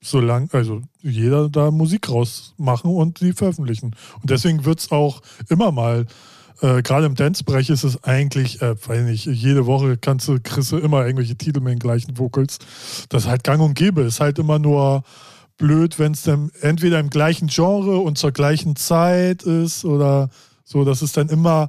B: solange, also jeder da Musik rausmachen und sie veröffentlichen. Und deswegen wird es auch immer mal, äh, gerade im Dancebereich ist es eigentlich, äh, weiß nicht, jede Woche kannst du, kriegst du immer irgendwelche Titel mit den gleichen Vocals. Das ist halt gang und gäbe. Ist halt immer nur blöd, wenn es dann entweder im gleichen Genre und zur gleichen Zeit ist oder so. Das ist dann immer,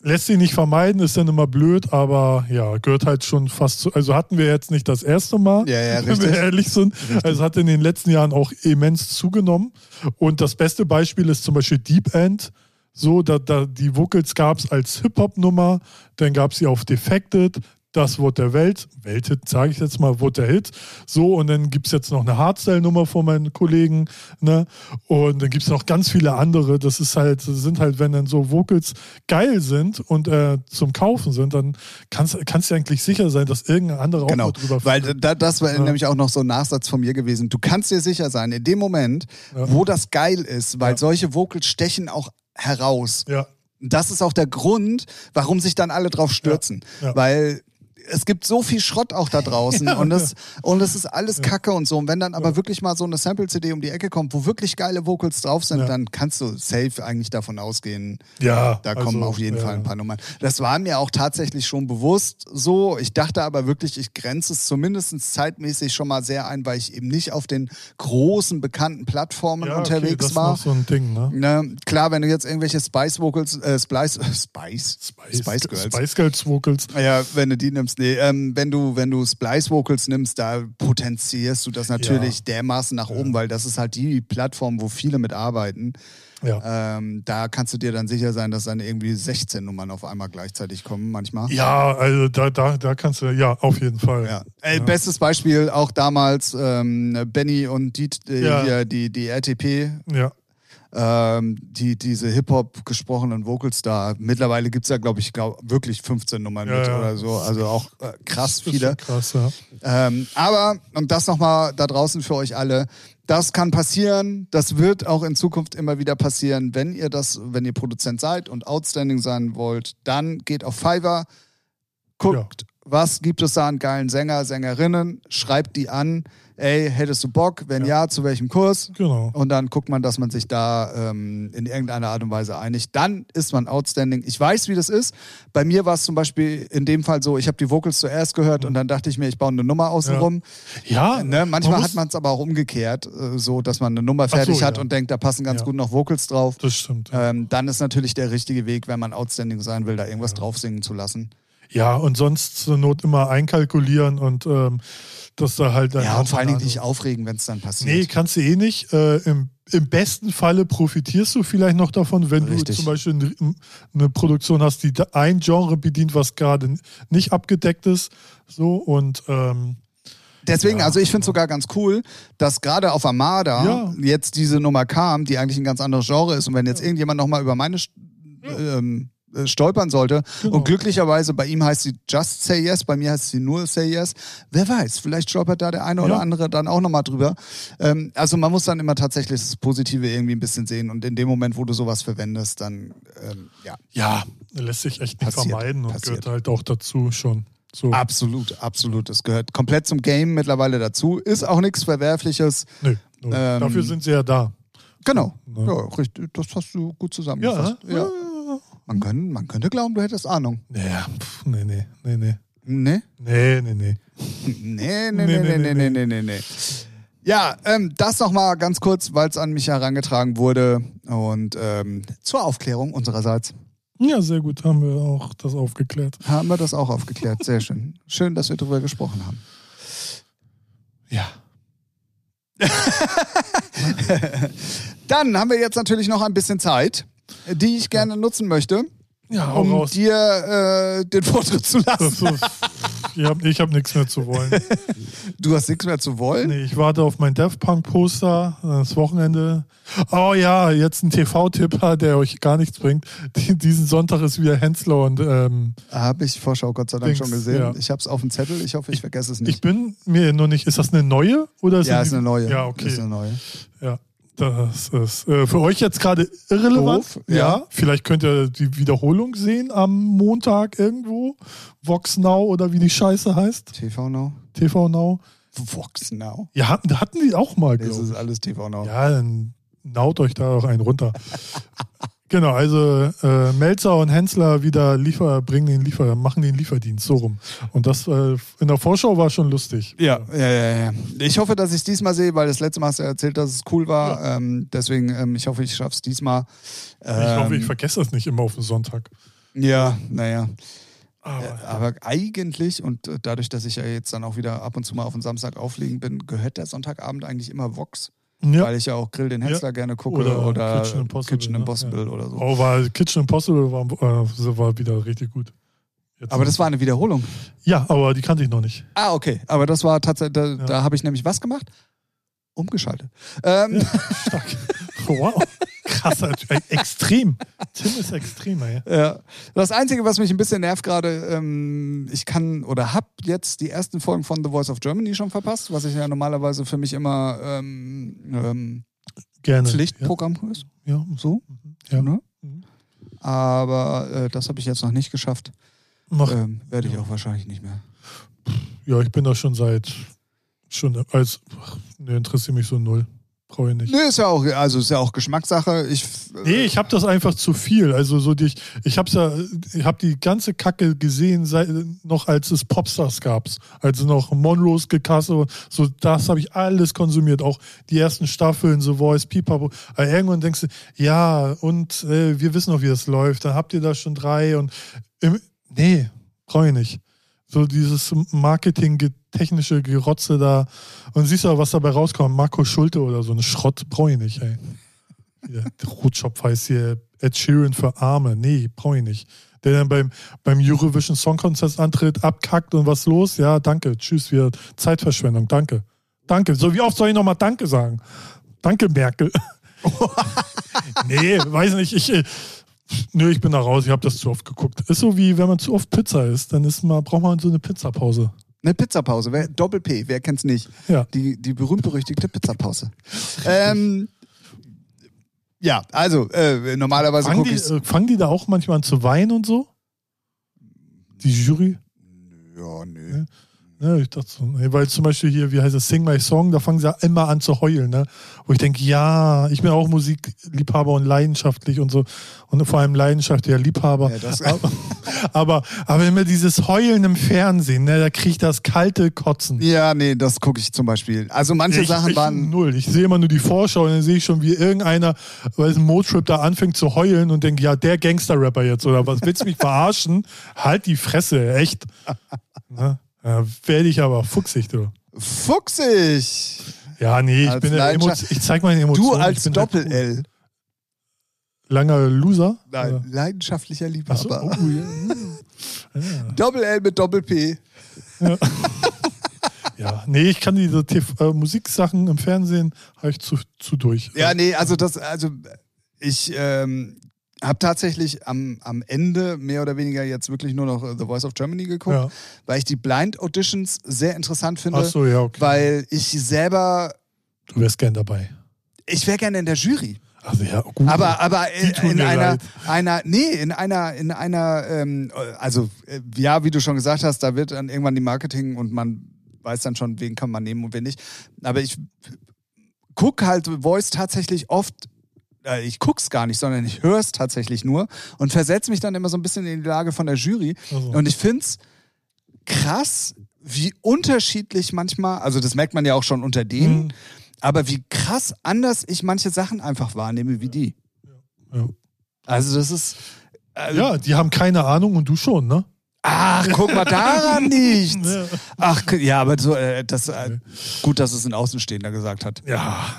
B: lässt sich nicht vermeiden, ist dann immer blöd, aber ja, gehört halt schon fast zu. Also hatten wir jetzt nicht das erste Mal,
A: Ja, ja,
B: *laughs* wenn wir
A: richtig.
B: ehrlich sind. Also es hat in den letzten Jahren auch immens zugenommen. Und das beste Beispiel ist zum Beispiel Deep End. So, da, da, die Vocals gab es als Hip-Hop-Nummer, dann gab es sie auf Defected, das Wort der Welt, Welthit sage ich jetzt mal, Wort der Hit. So, und dann gibt es jetzt noch eine Hardstyle-Nummer von meinen Kollegen. Ne? Und dann gibt es noch ganz viele andere. Das ist halt, sind halt, wenn dann so Vocals geil sind und äh, zum Kaufen sind, dann kannst, kannst du eigentlich sicher sein, dass irgendein anderer
A: Genau,
B: auch mit drüber
A: weil
B: fährt.
A: da, das war
B: Ja.
A: nämlich auch noch so ein Nachsatz von mir gewesen. Du kannst dir sicher sein, in dem Moment, wo das geil ist, weil
B: Ja.
A: solche Vocals stechen auch heraus.
B: Ja,
A: Das ist auch der Grund, warum sich dann alle drauf stürzen.
B: Ja. Ja.
A: Weil es gibt so viel Schrott
B: *laughs*
A: auch da draußen und, es, und es ist alles Kacke und so. Und wenn dann aber wirklich mal so eine Sample-CD um die Ecke kommt, wo wirklich geile Vocals drauf sind,
B: Ja.
A: dann kannst du safe eigentlich davon ausgehen,
B: ja.
A: da
B: also,
A: kommen auf jeden
B: ja,
A: Fall ein
B: ja.
A: paar Nummern. Das war mir auch tatsächlich schon bewusst so. Ich dachte aber wirklich, ich grenze es zumindest zeitmäßig schon mal sehr ein, weil ich eben nicht auf den großen bekannten Plattformen
B: Ja, okay,
A: unterwegs
B: das ist
A: war.
B: noch so ein Ding, ne?
A: Ne, klar, wenn du jetzt irgendwelche Spice Vocals, äh, Spice, *laughs* Spice, Spice, Girls.
B: Spice Girls Vocals.
A: Ja, wenn du die nimmst, nee, ähm, wenn du, wenn du Splice Vocals nimmst, da potenzierst du das natürlich dermaßen nach oben, weil das ist halt die Plattform, wo viele mit arbeiten.
B: Ja.
A: Ähm, da kannst du dir dann sicher sein, dass dann irgendwie 16 Nummern auf einmal gleichzeitig kommen, manchmal.
B: Ja, also da, da, da kannst du, ja, auf jeden Fall.
A: Ja. Ey, Bestes Beispiel auch damals ähm, Benny und die, äh,
B: Ja.
A: hier, die, die RTP,
B: Ja,
A: ähm, die, diese Hip-Hop gesprochenen Vocals da. Mittlerweile gibt es ja, glaube ich, glaub, wirklich 15 Nummern
B: Ja,
A: mit
B: ja.
A: oder so. Also auch äh, krass
B: das ist
A: viele.
B: schon krass, ja.
A: Ähm, aber, und das nochmal da draußen für euch alle, das kann passieren, das wird auch in Zukunft immer wieder passieren. Wenn ihr das, wenn ihr Produzent seid und outstanding sein wollt, dann geht auf Fiverr, guckt, was gibt es da an geilen Sänger, Sängerinnen, schreibt die an, ey, hättest du Bock? Wenn ja, zu welchem Kurs?
B: Genau.
A: Und dann guckt man, dass man sich da ähm, in irgendeiner Art und Weise einigt. Dann ist man outstanding. Ich weiß, wie das ist. Bei mir war es zum Beispiel in dem Fall so, ich habe die Vocals zuerst gehört und dann dachte ich mir, ich baue eine Nummer außenrum.
B: Ja,
A: Ne?
B: Ah,
A: Manchmal
B: man muss-
A: hat man es aber auch umgekehrt, äh, so dass man eine Nummer
B: so,
A: fertig hat
B: ja.
A: und denkt, da passen ganz
B: Ja.
A: gut noch Vocals drauf.
B: Das stimmt. Ja,
A: Ähm, dann ist natürlich der richtige Weg, wenn man outstanding sein will, da irgendwas drauf singen zu lassen.
B: und sonst zur Not immer einkalkulieren und ähm, dass da halt.
A: Ja, und vor allen Dingen
B: also-
A: nicht aufregen, wenn es dann passiert.
B: Nee, kannst du eh nicht. Äh, im, Im besten Falle profitierst du vielleicht noch davon, wenn
A: Richtig.
B: du zum Beispiel ein- eine Produktion hast, die da- ein Genre bedient, was gerade n- nicht abgedeckt ist. So und ähm,
A: Deswegen,
B: Ja,
A: also ich finde es sogar ganz cool, dass gerade auf Armada
B: Ja.
A: jetzt diese Nummer kam, die eigentlich ein ganz anderes Genre ist. Und wenn jetzt irgendjemand nochmal über meine st ähm, äh, stolpern sollte
B: Genau.
A: und glücklicherweise bei ihm heißt sie Just Say Yes, bei mir heißt sie nur Say Yes, wer weiß, vielleicht stolpert da der eine oder
B: Ja.
A: andere dann auch nochmal drüber. Ähm, also man muss dann immer tatsächlich das Positive irgendwie ein bisschen sehen. Und in dem Moment, wo du sowas verwendest, dann ähm, ja.
B: ja, lässt sich echt nicht
A: Passiert,
B: vermeiden und
A: passiert.
B: gehört halt auch dazu schon. So.
A: Absolut, absolut. Das gehört komplett zum Game mittlerweile dazu. Ist auch nichts Verwerfliches.
B: Nö, nö.
A: Ähm,
B: dafür sind sie ja da.
A: Genau.
B: Ne?
A: Ja, richtig. Das hast du gut zusammengefasst.
B: Ja,
A: Ja. Man, können, man könnte glauben, du hättest Ahnung.
B: Naja, pf, nee, nee, nee, nee.
A: Nee?
B: Nee, nee, nee.
A: *laughs* Nee, nee, nee,
B: Nee,
A: nee,
B: nee,
A: nee, nee,
B: nee,
A: nee, nee. nee. Ja, ähm, das nochmal ganz kurz, weil es an mich herangetragen wurde. Und ähm, zur Aufklärung unsererseits
B: Ja, sehr gut, haben wir auch das aufgeklärt.
A: haben wir das auch aufgeklärt.
B: *laughs*
A: Sehr schön. Schön, dass wir darüber gesprochen haben.
B: Ja.
A: Dann haben wir jetzt natürlich noch ein bisschen Zeit, die ich gerne nutzen möchte,
B: Ja, hau
A: um
B: raus. *laughs*
A: dir äh, den Vortritt zu lassen.
B: Das ist, ich habe ich hab nichts mehr zu wollen.
A: Du hast nichts mehr zu wollen.
B: Nee, ich warte auf mein Daft Punk Poster, äh, das Wochenende. Oh ja, jetzt ein TV-Tipp, *laughs* der euch gar nichts bringt. Die, diesen Sonntag ist wieder Henslow und ähm,
A: Habe ich Vorschau Gott sei Dank
B: Dings,
A: schon gesehen.
B: ja.
A: Ich habe es auf dem Zettel. Ich hoffe, ich vergesse es
B: ich
A: nicht.
B: bin mir noch nicht, ist das eine neue oder ist
A: ja,
B: das
A: ist eine neue.
B: Ja, okay.
A: Ist eine neue.
B: Ja, das ist äh, für euch jetzt gerade irrelevant.
A: Doof, ja.
B: ja. vielleicht könnt ihr die Wiederholung sehen am Montag irgendwo. Vox Now oder wie die Scheiße heißt.
A: TV Now.
B: TV Now.
A: Vox Now.
B: Ja, hatten, hatten die auch mal,
A: Das
B: glaube
A: ist alles TV Now.
B: ich. Ja, dann naut euch da auch einen
A: *laughs*
B: runter. genau, also äh, Melzer und Hensler wieder liefer, bringen den Liefer, machen den Lieferdienst so rum. Und das äh, in der Vorschau war schon lustig.
A: Ja. Ja, ja, ja. Ich hoffe, dass ich es diesmal sehe, weil das letzte Mal hast du ja erzählt, dass es cool war. Ähm, deswegen, ähm, ich hoffe, ich schaff's diesmal.
B: Ich hoffe, ich
A: Ähm,
B: vergesse das nicht immer auf den Sonntag.
A: Ja, naja.
B: Aber,
A: Aber eigentlich, und äh, dadurch, dass ich ja jetzt dann auch wieder ab und zu mal auf den Samstag auflegen bin, gehört der Sonntagabend eigentlich immer Vox.
B: ja.
A: Weil ich ja auch Grill den Hensler gerne gucke oder,
B: Oder Kitchen Impossible,
A: Kitchen
B: ne?
A: Impossible oder so.
B: Oh, war Kitchen Impossible war, äh, war wieder richtig gut. Jetzt
A: Aber das war eine Wiederholung.
B: ja, aber die kannte ich noch nicht.
A: Ah, okay. Aber das war tatsächlich, da, da habe ich nämlich was gemacht? Umgeschaltet. Ähm,
B: Stark. Wow. Krasser Typ. Extrem. Tim ist extrem, ey.
A: *laughs* Ja. Das Einzige, was mich ein bisschen nervt gerade, ähm, ich kann oder habe jetzt die ersten Folgen von The Voice of Germany schon verpasst, was ich ja normalerweise für mich immer ähm, ähm,
B: Gerne.
A: Pflichtprogramm ist.
B: Ja,
A: So,
B: ja. ja.
A: ne?
B: Mhm.
A: Aber äh, das habe ich jetzt noch nicht geschafft.
B: Mach,
A: Ähm, Werde ich auch wahrscheinlich nicht mehr.
B: ja, ich bin da schon seit schon als ach, ne, interessiert mich so null. Brauche ich nicht.
A: Nö, ist ja auch, also ist ja auch Geschmackssache. Ich, äh,
B: Nee, ich habe das einfach zu viel. Also so die ich, ich hab's ja, ich habe die ganze Kacke gesehen, seit, noch als es Popstars gab's, als es noch Monroes gekasse, so das habe ich alles konsumiert, auch die ersten Staffeln, The Voice, Pipapo. Aber irgendwann denkst du, ja und äh, wir wissen noch, wie das läuft. Dann habt ihr da schon drei und im, nee, brauche ich nicht. So dieses Marketing-technische Gerotze da und siehst du, was dabei rauskommt. Marco Schulte oder so ein Schrott brauche ich nicht. Ey. Hier, der Rotschopf heißt hier Ed Sheeran für Arme. Nee, brauche ich nicht. Der dann beim, beim Eurovision Song Contest antritt, abkackt und was los? Ja, danke. Tschüss, wir Zeitverschwendung. Danke. Danke. So, wie oft soll ich nochmal Danke sagen? Danke, Merkel. *laughs* nee, weiß nicht. Ich, äh, nö, ich bin da raus. Ich habe das zu oft geguckt. Ist so wie, wenn man zu oft Pizza isst, dann ist mal, braucht man so eine Pizzapause.
A: Eine Pizzapause, wer, Doppel-P, wer kennt's nicht?
B: Ja.
A: Die, die berühmt-berüchtigte Pizzapause. ähm, ja, also äh, normalerweise
B: Fangen
A: gucke
B: die,
A: ich.
B: äh, fangen die da auch manchmal an zu weinen und so? Die Jury?
A: Ja, nö.
B: Ja, Ne, ich dachte so, nee, weil zum Beispiel hier, wie heißt das, Sing My Song, da fangen sie ja immer an zu heulen, ne? Wo ich denke, ja, ich bin auch Musikliebhaber und leidenschaftlich und so und vor allem leidenschaftlicher Liebhaber.
A: Ja, das-
B: aber, aber, aber immer dieses Heulen im Fernsehen, ne, da kriege ich das kalte Kotzen.
A: Ja, nee, das gucke ich zum Beispiel. Also manche
B: ich,
A: Sachen
B: ich,
A: waren.
B: Null. Ich sehe immer nur die Vorschau und dann sehe ich schon, wie irgendeiner, weil es ein Motrip da anfängt zu heulen und denke, ja, der Gangster-Rapper jetzt oder was, willst du mich verarschen? Halt die Fresse, echt. Ne? Ja, Werde ich aber fuchsig, du.
A: Fuchsig!
B: Ja, nee, ich
A: Als
B: bin ja
A: Leidenschaft-
B: Emotion, ich zeig meine Emotionen.
A: Du
B: ich
A: als
B: bin halt
A: Doppel-L.
B: langer Loser.
A: Nein, leidenschaftlicher
B: Ach so,
A: Liebhaber.
B: oh, ja. ja.
A: Doppel-L mit Doppel-P.
B: ja, nee, ich kann diese TV, äh, Musiksachen im Fernsehen habe ich zu, zu durch. Äh,
A: Ja, nee, also das, also ich ähm, habe tatsächlich am, am Ende mehr oder weniger jetzt wirklich nur noch äh, The Voice of Germany geguckt,
B: Ja.
A: weil ich die Blind Auditions sehr interessant finde,
B: Ach so, ja, okay.
A: weil ich selber,
B: du wärst gern dabei.
A: ich wäre gerne in der Jury.
B: Also ja, gut.
A: Aber, aber
B: Die
A: äh,
B: tun
A: in
B: mir
A: einer,
B: leid.
A: einer, nee, in einer, in einer, ähm, also äh, ja, wie du schon gesagt hast, da wird dann irgendwann die Marketing und man weiß dann schon, wen kann man nehmen und wen nicht. Aber ich guck halt Voice tatsächlich oft. äh, Ich guck's gar nicht, sondern ich hör's tatsächlich nur und versetze mich dann immer so ein bisschen in die Lage von der Jury.
B: Also.
A: Und ich find's krass, wie unterschiedlich manchmal, also das merkt man ja auch schon unter denen,
B: Mhm.
A: aber wie krass anders ich manche Sachen einfach wahrnehme wie die.
B: ja.
A: Also das ist. Also,
B: ja, die haben keine Ahnung und du schon, ne?
A: Ach, guck
B: *laughs*
A: mal daran nichts.
B: Ja.
A: Ach, ja, aber so, äh, das, äh, gut, dass es ein Außenstehender gesagt hat.
B: Ja,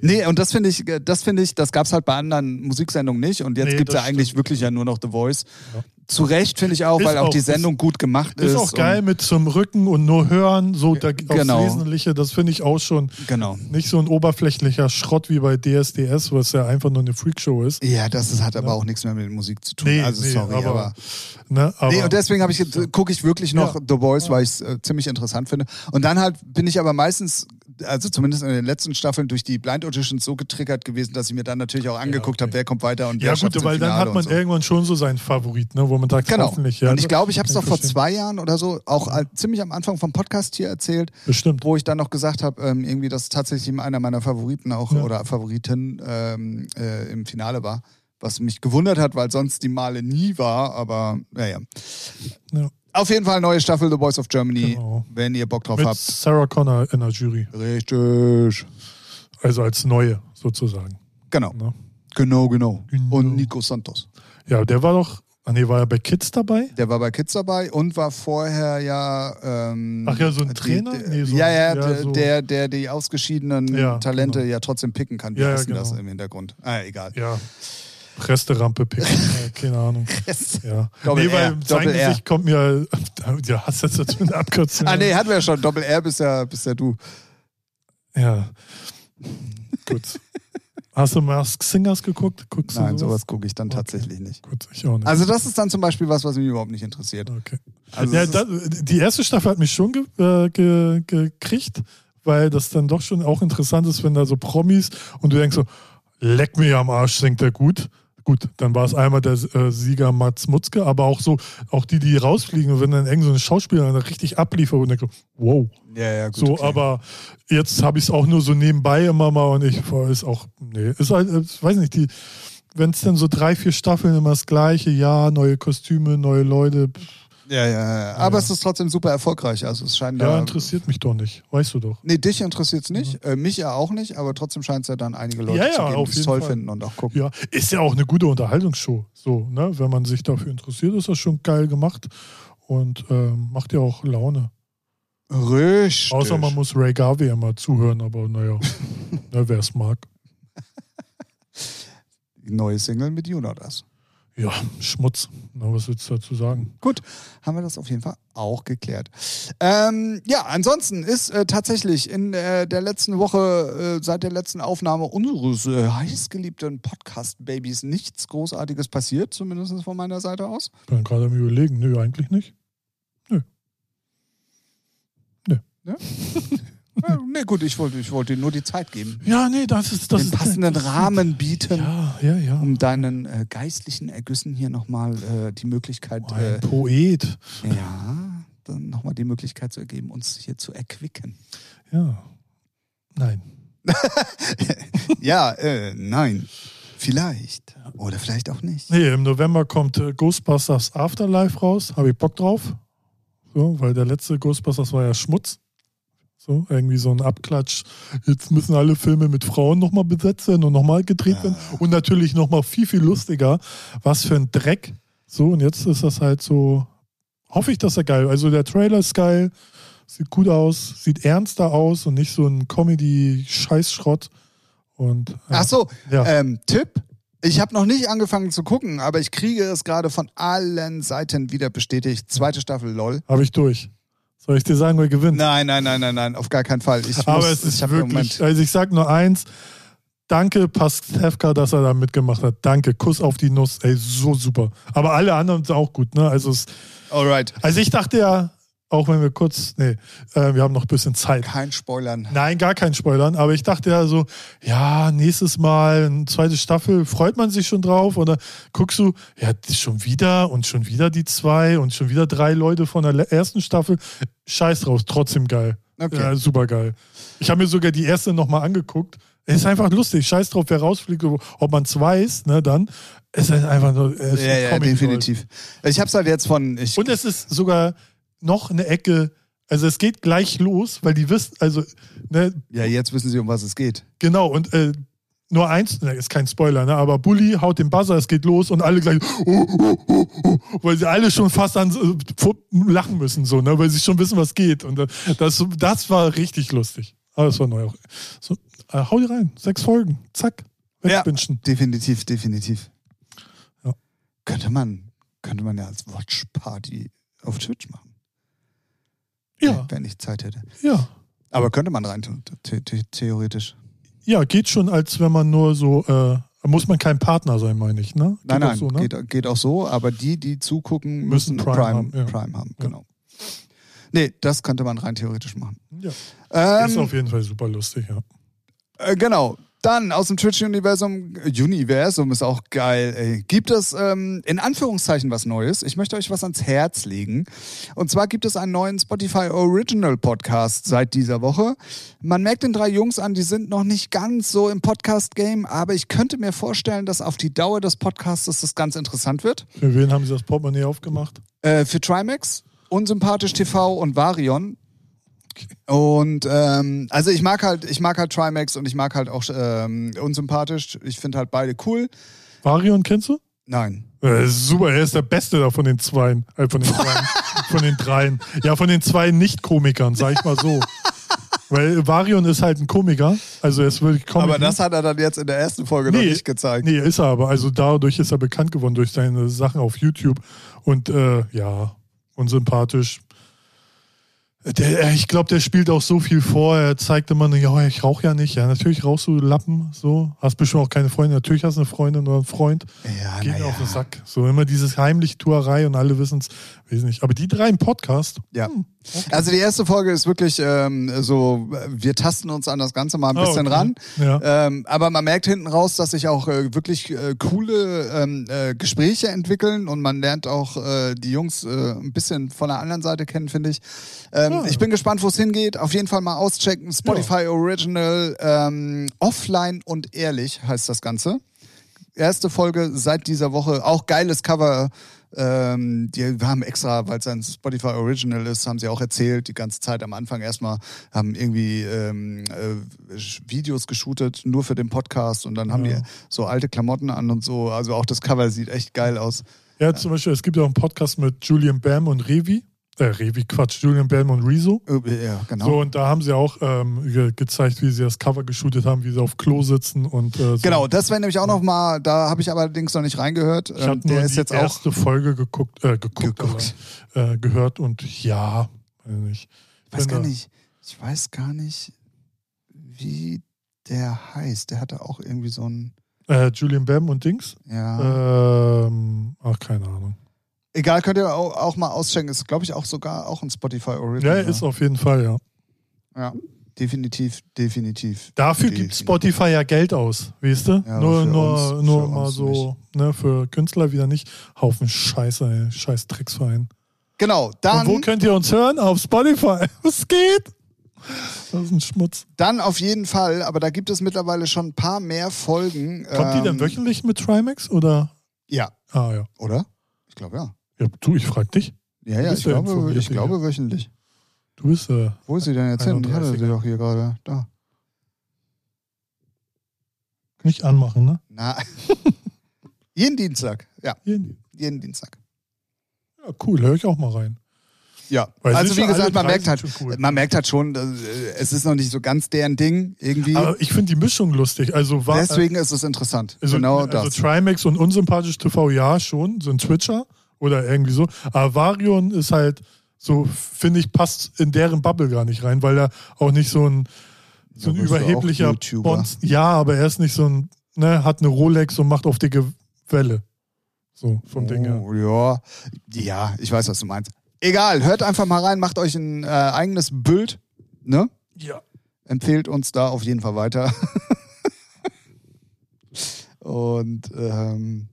A: Nee, und das finde ich, äh, das finde ich, das gab es halt bei anderen Musiksendungen nicht. Und jetzt
B: Nee,
A: gibt's gibt es ja
B: das
A: eigentlich
B: stimmt.
A: wirklich ja nur noch The Voice.
B: Ja.
A: Zu Recht finde ich auch,
B: Ist
A: weil auch,
B: auch-
A: die Sendung gut gemacht ist.
B: ist auch geil mit zum Rücken und nur hören, so da,
A: genau.
B: aufs Wesentliche, das finde ich auch schon
A: Und, genau.
B: nicht so ein oberflächlicher Schrott wie bei DSDS, was ja einfach nur eine Freakshow ist.
A: Ja, das ist, hat aber auch nichts mehr mit Musik zu tun.
B: Nee,
A: also
B: nee,
A: sorry, aber.
B: aber- Ne? Aber,
A: nee, und deswegen habe ich gucke ich wirklich noch
B: Ja.
A: The Voice, weil ich es äh, ziemlich interessant finde. Und dann halt bin ich aber meistens, also zumindest in den letzten Staffeln durch die Blind Auditions so getriggert gewesen, dass ich mir dann natürlich auch angeguckt habe, wer kommt weiter und wer
B: ja
A: schafft's
B: gut,
A: im
B: weil dann
A: Finale
B: hat man
A: und so.
B: irgendwann schon so seinen Favorit, ne, wo man sagt,
A: Genau.
B: hoffentlich. Ja, ne,
A: und ich glaube, ich habe es
B: Kann
A: noch vor
B: verstehen.
A: zwei Jahren oder so, auch äh, ziemlich am Anfang vom Podcast hier erzählt,
B: Bestimmt.
A: wo ich dann noch gesagt habe, ähm, irgendwie, dass tatsächlich einer meiner Favoriten auch
B: Ja.
A: oder Favoritin ähm, äh, im Finale war. Was mich gewundert hat, weil sonst die Male nie war, aber naja.
B: Ja.
A: Auf jeden Fall neue Staffel The Voice of Germany,
B: Genau.
A: wenn ihr Bock drauf
B: Mit
A: habt.
B: Sarah Connor in der Jury,
A: Richtig.
B: also als neue sozusagen.
A: Genau.
B: Ne?
A: Genau, genau.
B: Genau.
A: Und Nico Santos.
B: Ja, der war doch, ah nee, war er bei Kids dabei?
A: Der war bei Kids dabei und war vorher ja. Ähm,
B: Ach ja, so ein
A: die-
B: Trainer?
A: die-
B: Nee, so-
A: ja, ja,
B: ja,
A: der,
B: so-
A: der, der die ausgeschiedenen
B: Ja,
A: Talente
B: genau.
A: ja trotzdem picken kann. Wie
B: Ja, ja,
A: heißt denn das
B: genau. *laughs*
A: im Hintergrund? Ah, egal.
B: Ja, Resterampe
A: *laughs*
B: picken. ja, keine Ahnung. Ja.
A: Doppel
B: nee, weil
A: R,
B: sein
A: Doppel R.
B: Gesicht kommt mir. *laughs* Ja, hast du jetzt dazu eine Abkürzung?
A: Ah, nee, hatten wir ja schon. Doppel R bist ja, bist ja du.
B: Ja. Gut. Hast du Mask Singers geguckt? Guckst
A: Nein,
B: du
A: sowas gucke ich dann
B: Okay.
A: tatsächlich nicht.
B: Gut, ich auch nicht.
A: Also, das ist dann zum Beispiel was, was mich überhaupt nicht interessiert.
B: okay.
A: Also,
B: ja,
A: es ist-
B: da, die erste Staffel hat mich schon ge, äh, ge, gekriegt, weil das dann doch schon auch interessant ist, wenn da so Promis und du denkst so, leck mir am Arsch, singt der gut. Gut, dann war es einmal der äh, Sieger Mats Mutzke, aber auch so, auch die, die rausfliegen und wenn dann irgend so ein Schauspieler dann richtig abliefert und denkst so, wow.
A: ja, ja, gut,
B: So,
A: okay.
B: aber jetzt habe ich es auch nur so nebenbei immer mal und ich boah, ist auch, nee, ist halt, äh, ich weiß nicht, die, wenn es dann so drei, vier Staffeln immer das gleiche, ja, neue Kostüme, neue Leute, pff,
A: Ja, ja, ja. Aber
B: Ja.
A: es ist trotzdem super erfolgreich. Also, es scheint
B: ja,
A: da.
B: interessiert mich doch nicht, weißt du doch.
A: Nee, dich interessiert es nicht. Äh, mich ja auch nicht. Aber trotzdem scheint es ja dann einige Leute
B: Ja, ja,
A: zu geben,
B: auf
A: die es
B: jeden
A: toll
B: Fall.
A: finden und auch gucken.
B: Ja, ist ja auch eine gute Unterhaltungsshow, so, ne, wenn man sich dafür interessiert, ist das schon geil gemacht und ähm, macht ja auch Laune.
A: Richtig.
B: Außer man muss Ray Garvey immer zuhören, aber
A: *laughs*
B: naja, ne, wer es mag.
A: Neue Single mit Jonas.
B: Ja, Schmutz, na, was willst du dazu sagen?
A: haben wir das auf jeden Fall auch geklärt. Ähm, ja, ansonsten ist äh, tatsächlich in äh, der letzten Woche, äh, seit der letzten Aufnahme unseres äh, heißgeliebten Podcast-Babys nichts Großartiges passiert, zumindest von meiner Seite
B: *laughs*
A: aus.
B: Bin gerade am überlegen, nö, eigentlich nicht.
A: Äh, nee, gut, ich wollte ich wollte dir nur die Zeit geben.
B: Ja, nee, das ist das
A: den
B: ist,
A: passenden
B: das ist-
A: Rahmen bieten,
B: Ja, ja, ja.
A: um deinen äh, geistlichen Ergüssen hier nochmal äh, die Möglichkeit, äh,
B: Ein Poet.
A: ja, dann nochmal die Möglichkeit zu ergeben, uns hier zu erquicken.
B: Ja. Nein.
A: *laughs* Ja, äh, nein. Vielleicht. Oder vielleicht auch nicht.
B: Nee, im November kommt äh, Ghostbusters Afterlife raus. Habe ich Bock drauf. So, weil der letzte Ghostbusters war ja Schmutz. So, irgendwie so ein Abklatsch. Jetzt müssen alle Filme mit Frauen nochmal besetzt werden und nochmal gedreht werden.
A: Ah.
B: Und natürlich nochmal viel, viel lustiger. Was für ein Dreck. So, und jetzt ist das halt so. Hoffe ich, dass er geil. Also der Trailer ist geil, sieht gut aus, sieht ernster aus und nicht so ein Comedy-Scheißschrott. Und ja.
A: Ach so,
B: Ja.
A: ähm, Tipp. Ich habe noch nicht angefangen zu gucken, aber ich kriege es gerade von allen Seiten wieder bestätigt. Zweite Staffel, lol.
B: habe ich durch. Soll ich dir sagen, wer gewinnt?
A: Nein, nein, nein, nein, nein, auf gar keinen Fall. Ich
B: Aber
A: muss,
B: es ist
A: ich hab im
B: wirklich, also ich sag nur eins, danke Pastewka, dass er da mitgemacht hat. Danke, Kuss auf die Nuss, ey, so super. Aber alle anderen sind auch gut, ne? Also, es,
A: Moment- Alright,
B: also ich dachte ja, auch wenn wir kurz, nee, äh, wir haben noch ein bisschen Zeit.
A: kein Spoilern.
B: Nein, gar kein Spoilern, aber ich dachte ja so, ja, nächstes Mal eine zweite Staffel, freut man sich schon drauf oder guckst du, ja, schon wieder und schon wieder die zwei und schon wieder drei Leute von der le- ersten Staffel, scheiß drauf, trotzdem geil.
A: Okay.
B: Ja, super geil. Ich habe mir sogar die erste nochmal angeguckt. Ist einfach lustig, scheiß drauf, wer rausfliegt, ob man es weiß, ne, dann. Es ist einfach nur. es ist
A: Ja, ja,
B: Comedy-Gold.
A: definitiv. Ich hab's halt jetzt von. Ich,
B: Und es ist sogar noch eine Ecke, also es geht gleich los, weil die wissen, also, ne,
A: ja, jetzt wissen Sie, um was es geht.
B: Genau, und äh, nur eins, ne, ist kein Spoiler, ne, aber Bully haut den Buzzer, es geht los und alle gleich, oh, oh, oh, oh, weil sie alle schon fast an äh, vor- lachen müssen, so, ne, weil sie schon wissen, was geht. Und äh, das, das war richtig lustig. Aber es war neu auch. So, äh, hau die rein, sechs Folgen, zack,
A: Ja.
B: wegwünschen.
A: Definitiv, definitiv.
B: Ja.
A: Könnte man, könnte man ja als Watch Party auf Twitch machen,
B: Ja,
A: wenn ich Zeit hätte.
B: ja.
A: Aber könnte man rein the the theoretisch.
B: Ja, geht schon, als wenn man nur so, äh, muss man kein Partner sein, meine ich, ne? Geht
A: Nein,
B: auch
A: nein,
B: so, ne?
A: geht, geht auch so, aber die, die zugucken,
B: Müssen
A: müssen,
B: Prime
A: Prime,
B: haben, ja.
A: Prime haben
B: Ja.
A: genau. Nee, das könnte man rein theoretisch machen.
B: Ja, ist
A: Ähm,
B: auf jeden Fall super lustig, ja.
A: äh, genau. Dann aus dem Twitch-Universum, Universum ist auch geil, ey. Gibt es ähm, in Anführungszeichen was Neues? Ich möchte euch was ans Herz legen. Und zwar gibt es einen neuen Spotify Original Podcast seit dieser Woche. Man merkt den drei Jungs an, die sind noch nicht ganz so im Podcast-Game, aber ich könnte mir vorstellen, dass auf die Dauer des Podcasts das ganz interessant wird.
B: Für wen haben sie das Portemonnaie aufgemacht?
A: Äh, für Trimax, Unsympathisch TV und Varion. Und ähm, also ich mag halt, ich mag halt Trimax und ich mag halt auch ähm, unsympathisch. Ich finde halt beide cool.
B: Varion kennst du?
A: Nein.
B: Äh, Super, er ist der Beste da von den Zweien. Äh, von den Zweien. von den Dreien. Ja, von den zwei Nicht-Komikern, sag ich mal so. Weil Varion ist halt ein Komiker. Also er ist wirklich Komiker.
A: Aber das halt. hat er dann jetzt in der ersten Folge noch nicht gezeigt.
B: Nee, ist er aber. Also dadurch ist er bekannt geworden durch seine Sachen auf YouTube. Und äh, ja, unsympathisch. Der, äh, ich glaube, der spielt auch so viel vor. Er zeigt immer, nur, ja, ich rauche ja nicht. Ja, natürlich rauchst du Lappen. So. Hast bestimmt auch keine Freundin. Natürlich hast du eine Freundin oder einen Freund.
A: Ja,
B: Geht
A: na
B: mir auf den
A: ja.
B: Sack. So immer dieses heimliche Tuerei und alle wissen es wesentlich. Aber die drei im Podcast, hm.
A: Ja. Also die erste Folge ist wirklich ähm, so, wir tasten uns an das Ganze mal ein
B: Ah,
A: bisschen
B: okay.
A: ran.
B: Ja.
A: Ähm, aber man merkt hinten raus, dass sich auch äh, wirklich äh, coole ähm, äh, Gespräche entwickeln und man lernt auch äh, die Jungs äh, ein bisschen von der anderen Seite kennen, finde ich.
B: Ja.
A: Ähm, Ich bin gespannt, wo es hingeht. Auf jeden Fall mal auschecken. Spotify Original, ähm, offline und ehrlich heißt das Ganze erste Folge seit dieser Woche. Auch geiles Cover. Ähm, die haben extra, weil es ein Spotify Original ist, haben sie auch erzählt, die ganze Zeit am Anfang erstmal, haben irgendwie ähm, äh, Videos geshootet, nur für den Podcast und dann haben
B: Ja.
A: die so alte Klamotten an und so. Also auch das Cover sieht echt geil aus.
B: Ja, zum Beispiel, es gibt ja auch einen Podcast mit Julian Bam und Revi. Äh, Revi, Quatsch, Julian Bam und Rezo.
A: Äh, ja, genau.
B: So, und da haben sie auch ähm, ge gezeigt, wie sie das Cover geshootet haben, wie sie auf Klo sitzen und äh, so.
A: Genau, das wäre nämlich auch noch mal, da habe ich allerdings noch nicht reingehört.
B: Ich
A: Ähm,
B: habe nur
A: der
B: die
A: ist jetzt auch
B: erste Folge geguckt, äh, geguckt,
A: Geguckt.
B: aber, äh, gehört und ja, weiß nicht.
A: Ich weiß
B: Wenn
A: gar
B: da-
A: nicht, ich weiß gar nicht, wie der heißt. Der hatte auch irgendwie so ein,
B: Äh, Julian Bam und Dings.
A: ja.
B: Ähm, ach, keine Ahnung.
A: Egal, könnt ihr auch, auch mal ausschenken. Ist, glaube ich, auch sogar auch ein Spotify
B: Ja,
A: Original.
B: ist auf jeden Fall, ja.
A: Ja, definitiv, definitiv.
B: Dafür
A: Die-
B: gibt Spotify ja Geld aus, weißt du?
A: Ja, aber
B: nur
A: für
B: nur,
A: uns-
B: nur
A: für
B: mal
A: uns
B: so, ne, für Künstler wieder nicht. Haufen Scheiße, ey. Scheiß Drecksverein.
A: Genau,
B: Und wo
A: dann,
B: könnt ihr uns hören? Auf Spotify. *laughs* Es geht. Das ist ein Schmutz.
A: dann auf jeden Fall, aber da gibt es mittlerweile schon ein paar mehr Folgen. ähm,
B: Kommt die denn wöchentlich mit Trimax oder?
A: Ja,
B: Ah ja.
A: oder? Ich glaube ja.
B: ja du, ich frag dich.
A: Ja, ja,
B: Bist
A: ich
B: du
A: glaube,
B: informiert
A: ich
B: hier?
A: glaube wöchentlich.
B: Du bist äh,
A: Wo ist sie denn jetzt hin? Ich hatte sie
B: 31er.
A: doch hier gerade. Da.
B: nicht anmachen, ne?
A: Na. *laughs* jeden Dienstag. Ja,
B: Hier.
A: jeden Dienstag.
B: Ja, cool, höre ich auch mal rein.
A: Ja,
B: Weil es
A: also
B: sind
A: wie
B: schon alle
A: gesagt, man
B: drei
A: merkt,
B: sind
A: halt,
B: schon cool.
A: man merkt halt schon, dass, äh, es ist noch nicht so ganz deren Ding irgendwie.
B: Aber ich finde die Mischung lustig. Also war,
A: Deswegen ist es interessant.
B: Also,
A: genau
B: also
A: das.
B: Trimax und unsympathisch TV, ja, schon, so ein Twitcher oder irgendwie so. Aber Varion ist halt so, finde ich, passt in deren Bubble gar nicht rein, weil er auch nicht so ein, so ein
A: Ja, aber ist er auch
B: überheblicher
A: YouTuber?
B: Bonz. Ja, aber er ist nicht so ein, ne, hat eine Rolex und macht auf dicke Welle. So, vom Ding her.
A: Oh, ja. ja, ich weiß, was du meinst. Egal, hört einfach mal rein, macht euch ein äh, eigenes Bild. Ne?
B: Ja.
A: Empfehlt uns da auf jeden Fall weiter. *laughs* Und ähm,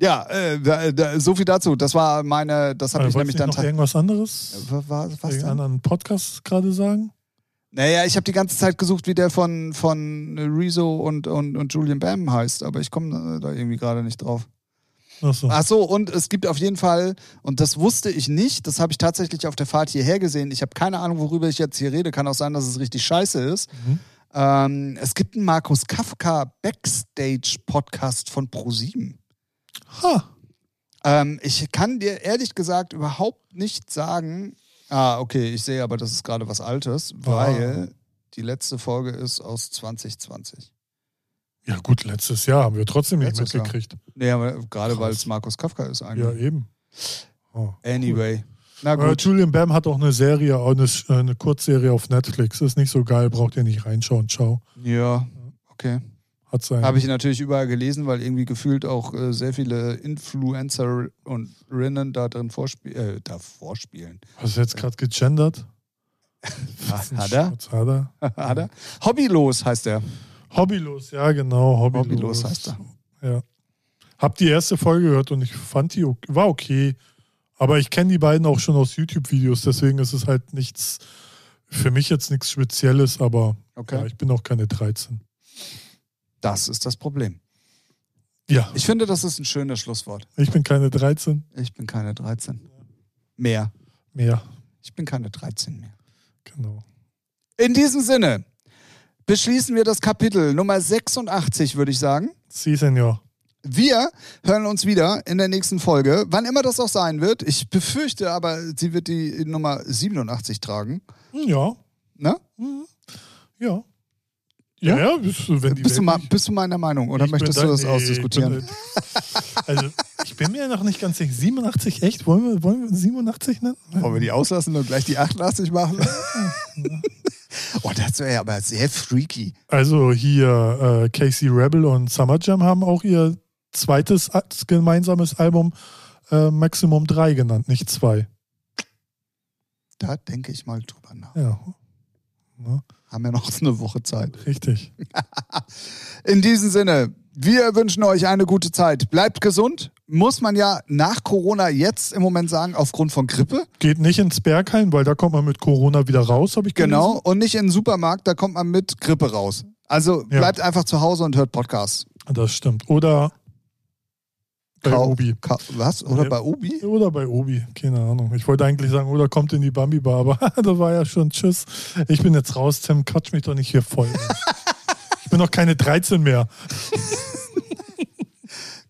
A: ja, äh, da, da, so viel dazu. Das war meine, das habe
B: Also,
A: ich
B: wolltest du
A: nämlich dann.
B: noch
A: ta-
B: irgendwas anderes?
A: Wa- wa- Was
B: Irgendeinen
A: denn?
B: anderen Podcast gerade sagen?
A: Naja, ich habe die ganze Zeit gesucht, wie der von, von Rezo und, und, und Julian Bam heißt, aber ich komme äh, da irgendwie gerade nicht drauf.
B: Achso.
A: Ach so, und es gibt auf jeden Fall, und das wusste ich nicht, das habe ich tatsächlich auf der Fahrt hierher gesehen. Ich habe keine Ahnung, worüber ich jetzt hier rede. Kann auch sein, dass es richtig scheiße ist.
B: Mhm.
A: Ähm, es gibt einen Markus Kafka Backstage-Podcast von ProSieben.
B: Ha.
A: Ähm, ich kann dir ehrlich gesagt überhaupt nicht sagen. Ah, okay, ich sehe aber, das ist gerade was Altes, weil die letzte Folge ist aus 2020.
B: Ja, gut, letztes Jahr haben wir trotzdem nicht
A: Letztes Jahr.
B: mitgekriegt.
A: Nee, aber gerade
B: Krass.
A: weil es Markus Kafka ist
B: Ja,
A: eigentlich.
B: eben. Oh.
A: anyway. Na
B: Äh,
A: gut.
B: Julian Bam hat auch eine Serie, auch eine, Sch- äh, eine Kurzserie auf Netflix. Ist nicht so geil, braucht ihr nicht reinschauen. Ciao.
A: Ja, okay.
B: Hat sein.
A: Habe ich natürlich überall gelesen, weil irgendwie gefühlt auch äh, sehr viele Influencer und Rinnen da drin vorspie äh, da vorspielen. *laughs*
B: Hast du jetzt gerade gegendert?
A: Hat er?
B: Schatz, Hat er?
A: Hat er? Hobbylos heißt er.
B: Hobbylos, ja, genau. Hobbylos.
A: Hobbylos heißt er.
B: Hab die erste Folge gehört und ich fand die ok war okay. Aber ich kenne die beiden auch schon aus YouTube-Videos, deswegen ist es halt nichts, für mich jetzt nichts Spezielles, aber ja,
A: Okay.
B: ich bin auch keine 13.
A: Das ist das Problem.
B: Ja,
A: Ich finde, das ist ein schönes Schlusswort.
B: ich bin keine 13
A: Ich bin keine 13. Mehr.
B: mehr.
A: Ich bin keine 13 mehr.
B: Genau.
A: In diesem Sinne beschließen wir das Kapitel Nummer 86, würde ich sagen.
B: Sie, Senor.
A: Wir hören uns wieder in der nächsten Folge, wann immer das auch sein wird. Ich befürchte aber, sie wird die Nummer 87 tragen.
B: Hm, Ja,
A: Ne?
B: Ja. Ja, ja, bist, du- wenn die
A: Bist, du
B: Welt
A: ma
B: nicht-
A: bist du meiner Meinung oder
B: Ich bin
A: möchtest du
B: da-
A: das
B: nee,
A: ausdiskutieren?
B: Ich bin, da- also, ich bin mir noch nicht ganz sicher. 87 echt? Wollen wir, wollen wir 87 nennen?
A: Wollen wir die auslassen und gleich die
B: *laughs*
A: 88 machen? oh, das wäre ja aber sehr freaky.
B: Also hier äh, Casey Rebel und Summer Jam haben auch ihr zweites a- gemeinsames Album äh, Maximum 3 genannt, nicht 2.
A: Da denke ich mal drüber nach.
B: Ja. Ne?
A: Haben ja noch eine Woche Zeit.
B: richtig.
A: In diesem Sinne, wir wünschen euch eine gute Zeit. Bleibt gesund. Muss man ja nach Corona jetzt im Moment sagen, aufgrund von Grippe.
B: Geht nicht ins Berghain, weil da kommt man mit Corona wieder raus, habe ich
A: Genau. Und nicht in den Supermarkt, da kommt man mit Grippe raus. Also
B: Ja.
A: bleibt einfach zu Hause und hört Podcasts.
B: gelesen. Das stimmt. Oder bei
A: Kau-
B: Obi.
A: Ka was? Oder
B: Ja.
A: bei Obi?
B: Oder bei Obi, keine Ahnung. Ich wollte eigentlich sagen, oder kommt in die Bambi-Bar, aber *laughs* da war ja schon Tschüss. Ich bin jetzt raus, Tim, quatsch mich doch nicht hier voll. *laughs* ich bin noch keine 13 mehr.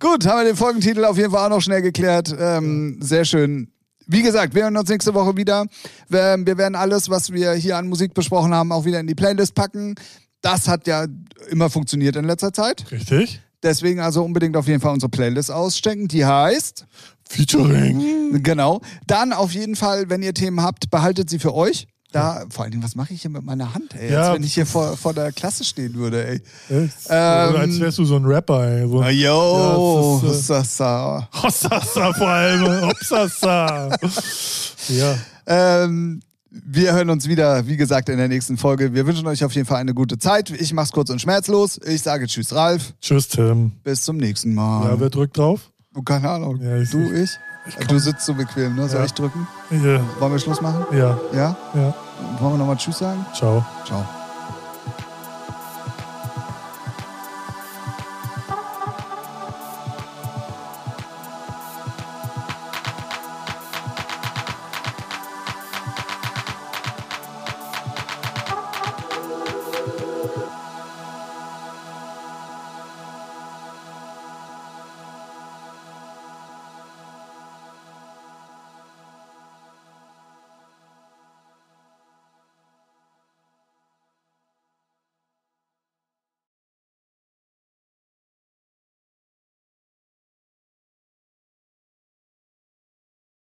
A: Gut, haben wir den Folgentitel auf jeden Fall auch noch schnell geklärt. Ähm, sehr schön. Wie gesagt, wir hören uns nächste Woche wieder. Wir, wir werden alles, was wir hier an Musik besprochen haben, auch wieder in die Playlist packen. Das hat ja immer funktioniert in letzter Zeit.
B: Richtig?
A: Deswegen also unbedingt auf jeden Fall unsere Playlist auschecken. Die heißt,
B: Featuring.
A: genau, dann auf jeden Fall, wenn ihr Themen habt, behaltet sie für euch. Da, vor allen Dingen, was mache ich hier mit meiner Hand, ey?
B: Ja.
A: Als wenn ich hier vor, vor der Klasse stehen würde, ey.
B: Ähm,
A: Ähm.
B: als wärst du so ein Rapper, ey. So ein
A: Ayo,
B: Ja,
A: ja,
B: das
A: ist äh,
B: ist, äh,
A: das da?
B: Hossassa vor allem. Hossassa. *laughs* ja.
A: Ähm, wir hören uns wieder, wie gesagt, in der nächsten Folge. Wir wünschen euch auf jeden Fall eine gute Zeit. Ich mach's kurz und schmerzlos. Ich sage Tschüss, Ralf.
B: Tschüss, Tim.
A: Bis zum nächsten
B: Ja,
A: Mal. Oh,
B: wer drückt drauf?
A: Keine Ahnung.
B: Ja, ich-
A: du, ich? du sitzt so bequem, ne? Soll
B: Ja.
A: ich drücken?
B: Ja.
A: Wollen wir Schluss machen?
B: Ja.
A: Ja?
B: Ja.
A: Wollen wir nochmal Tschüss sagen?
B: Ciao.
A: Ciao.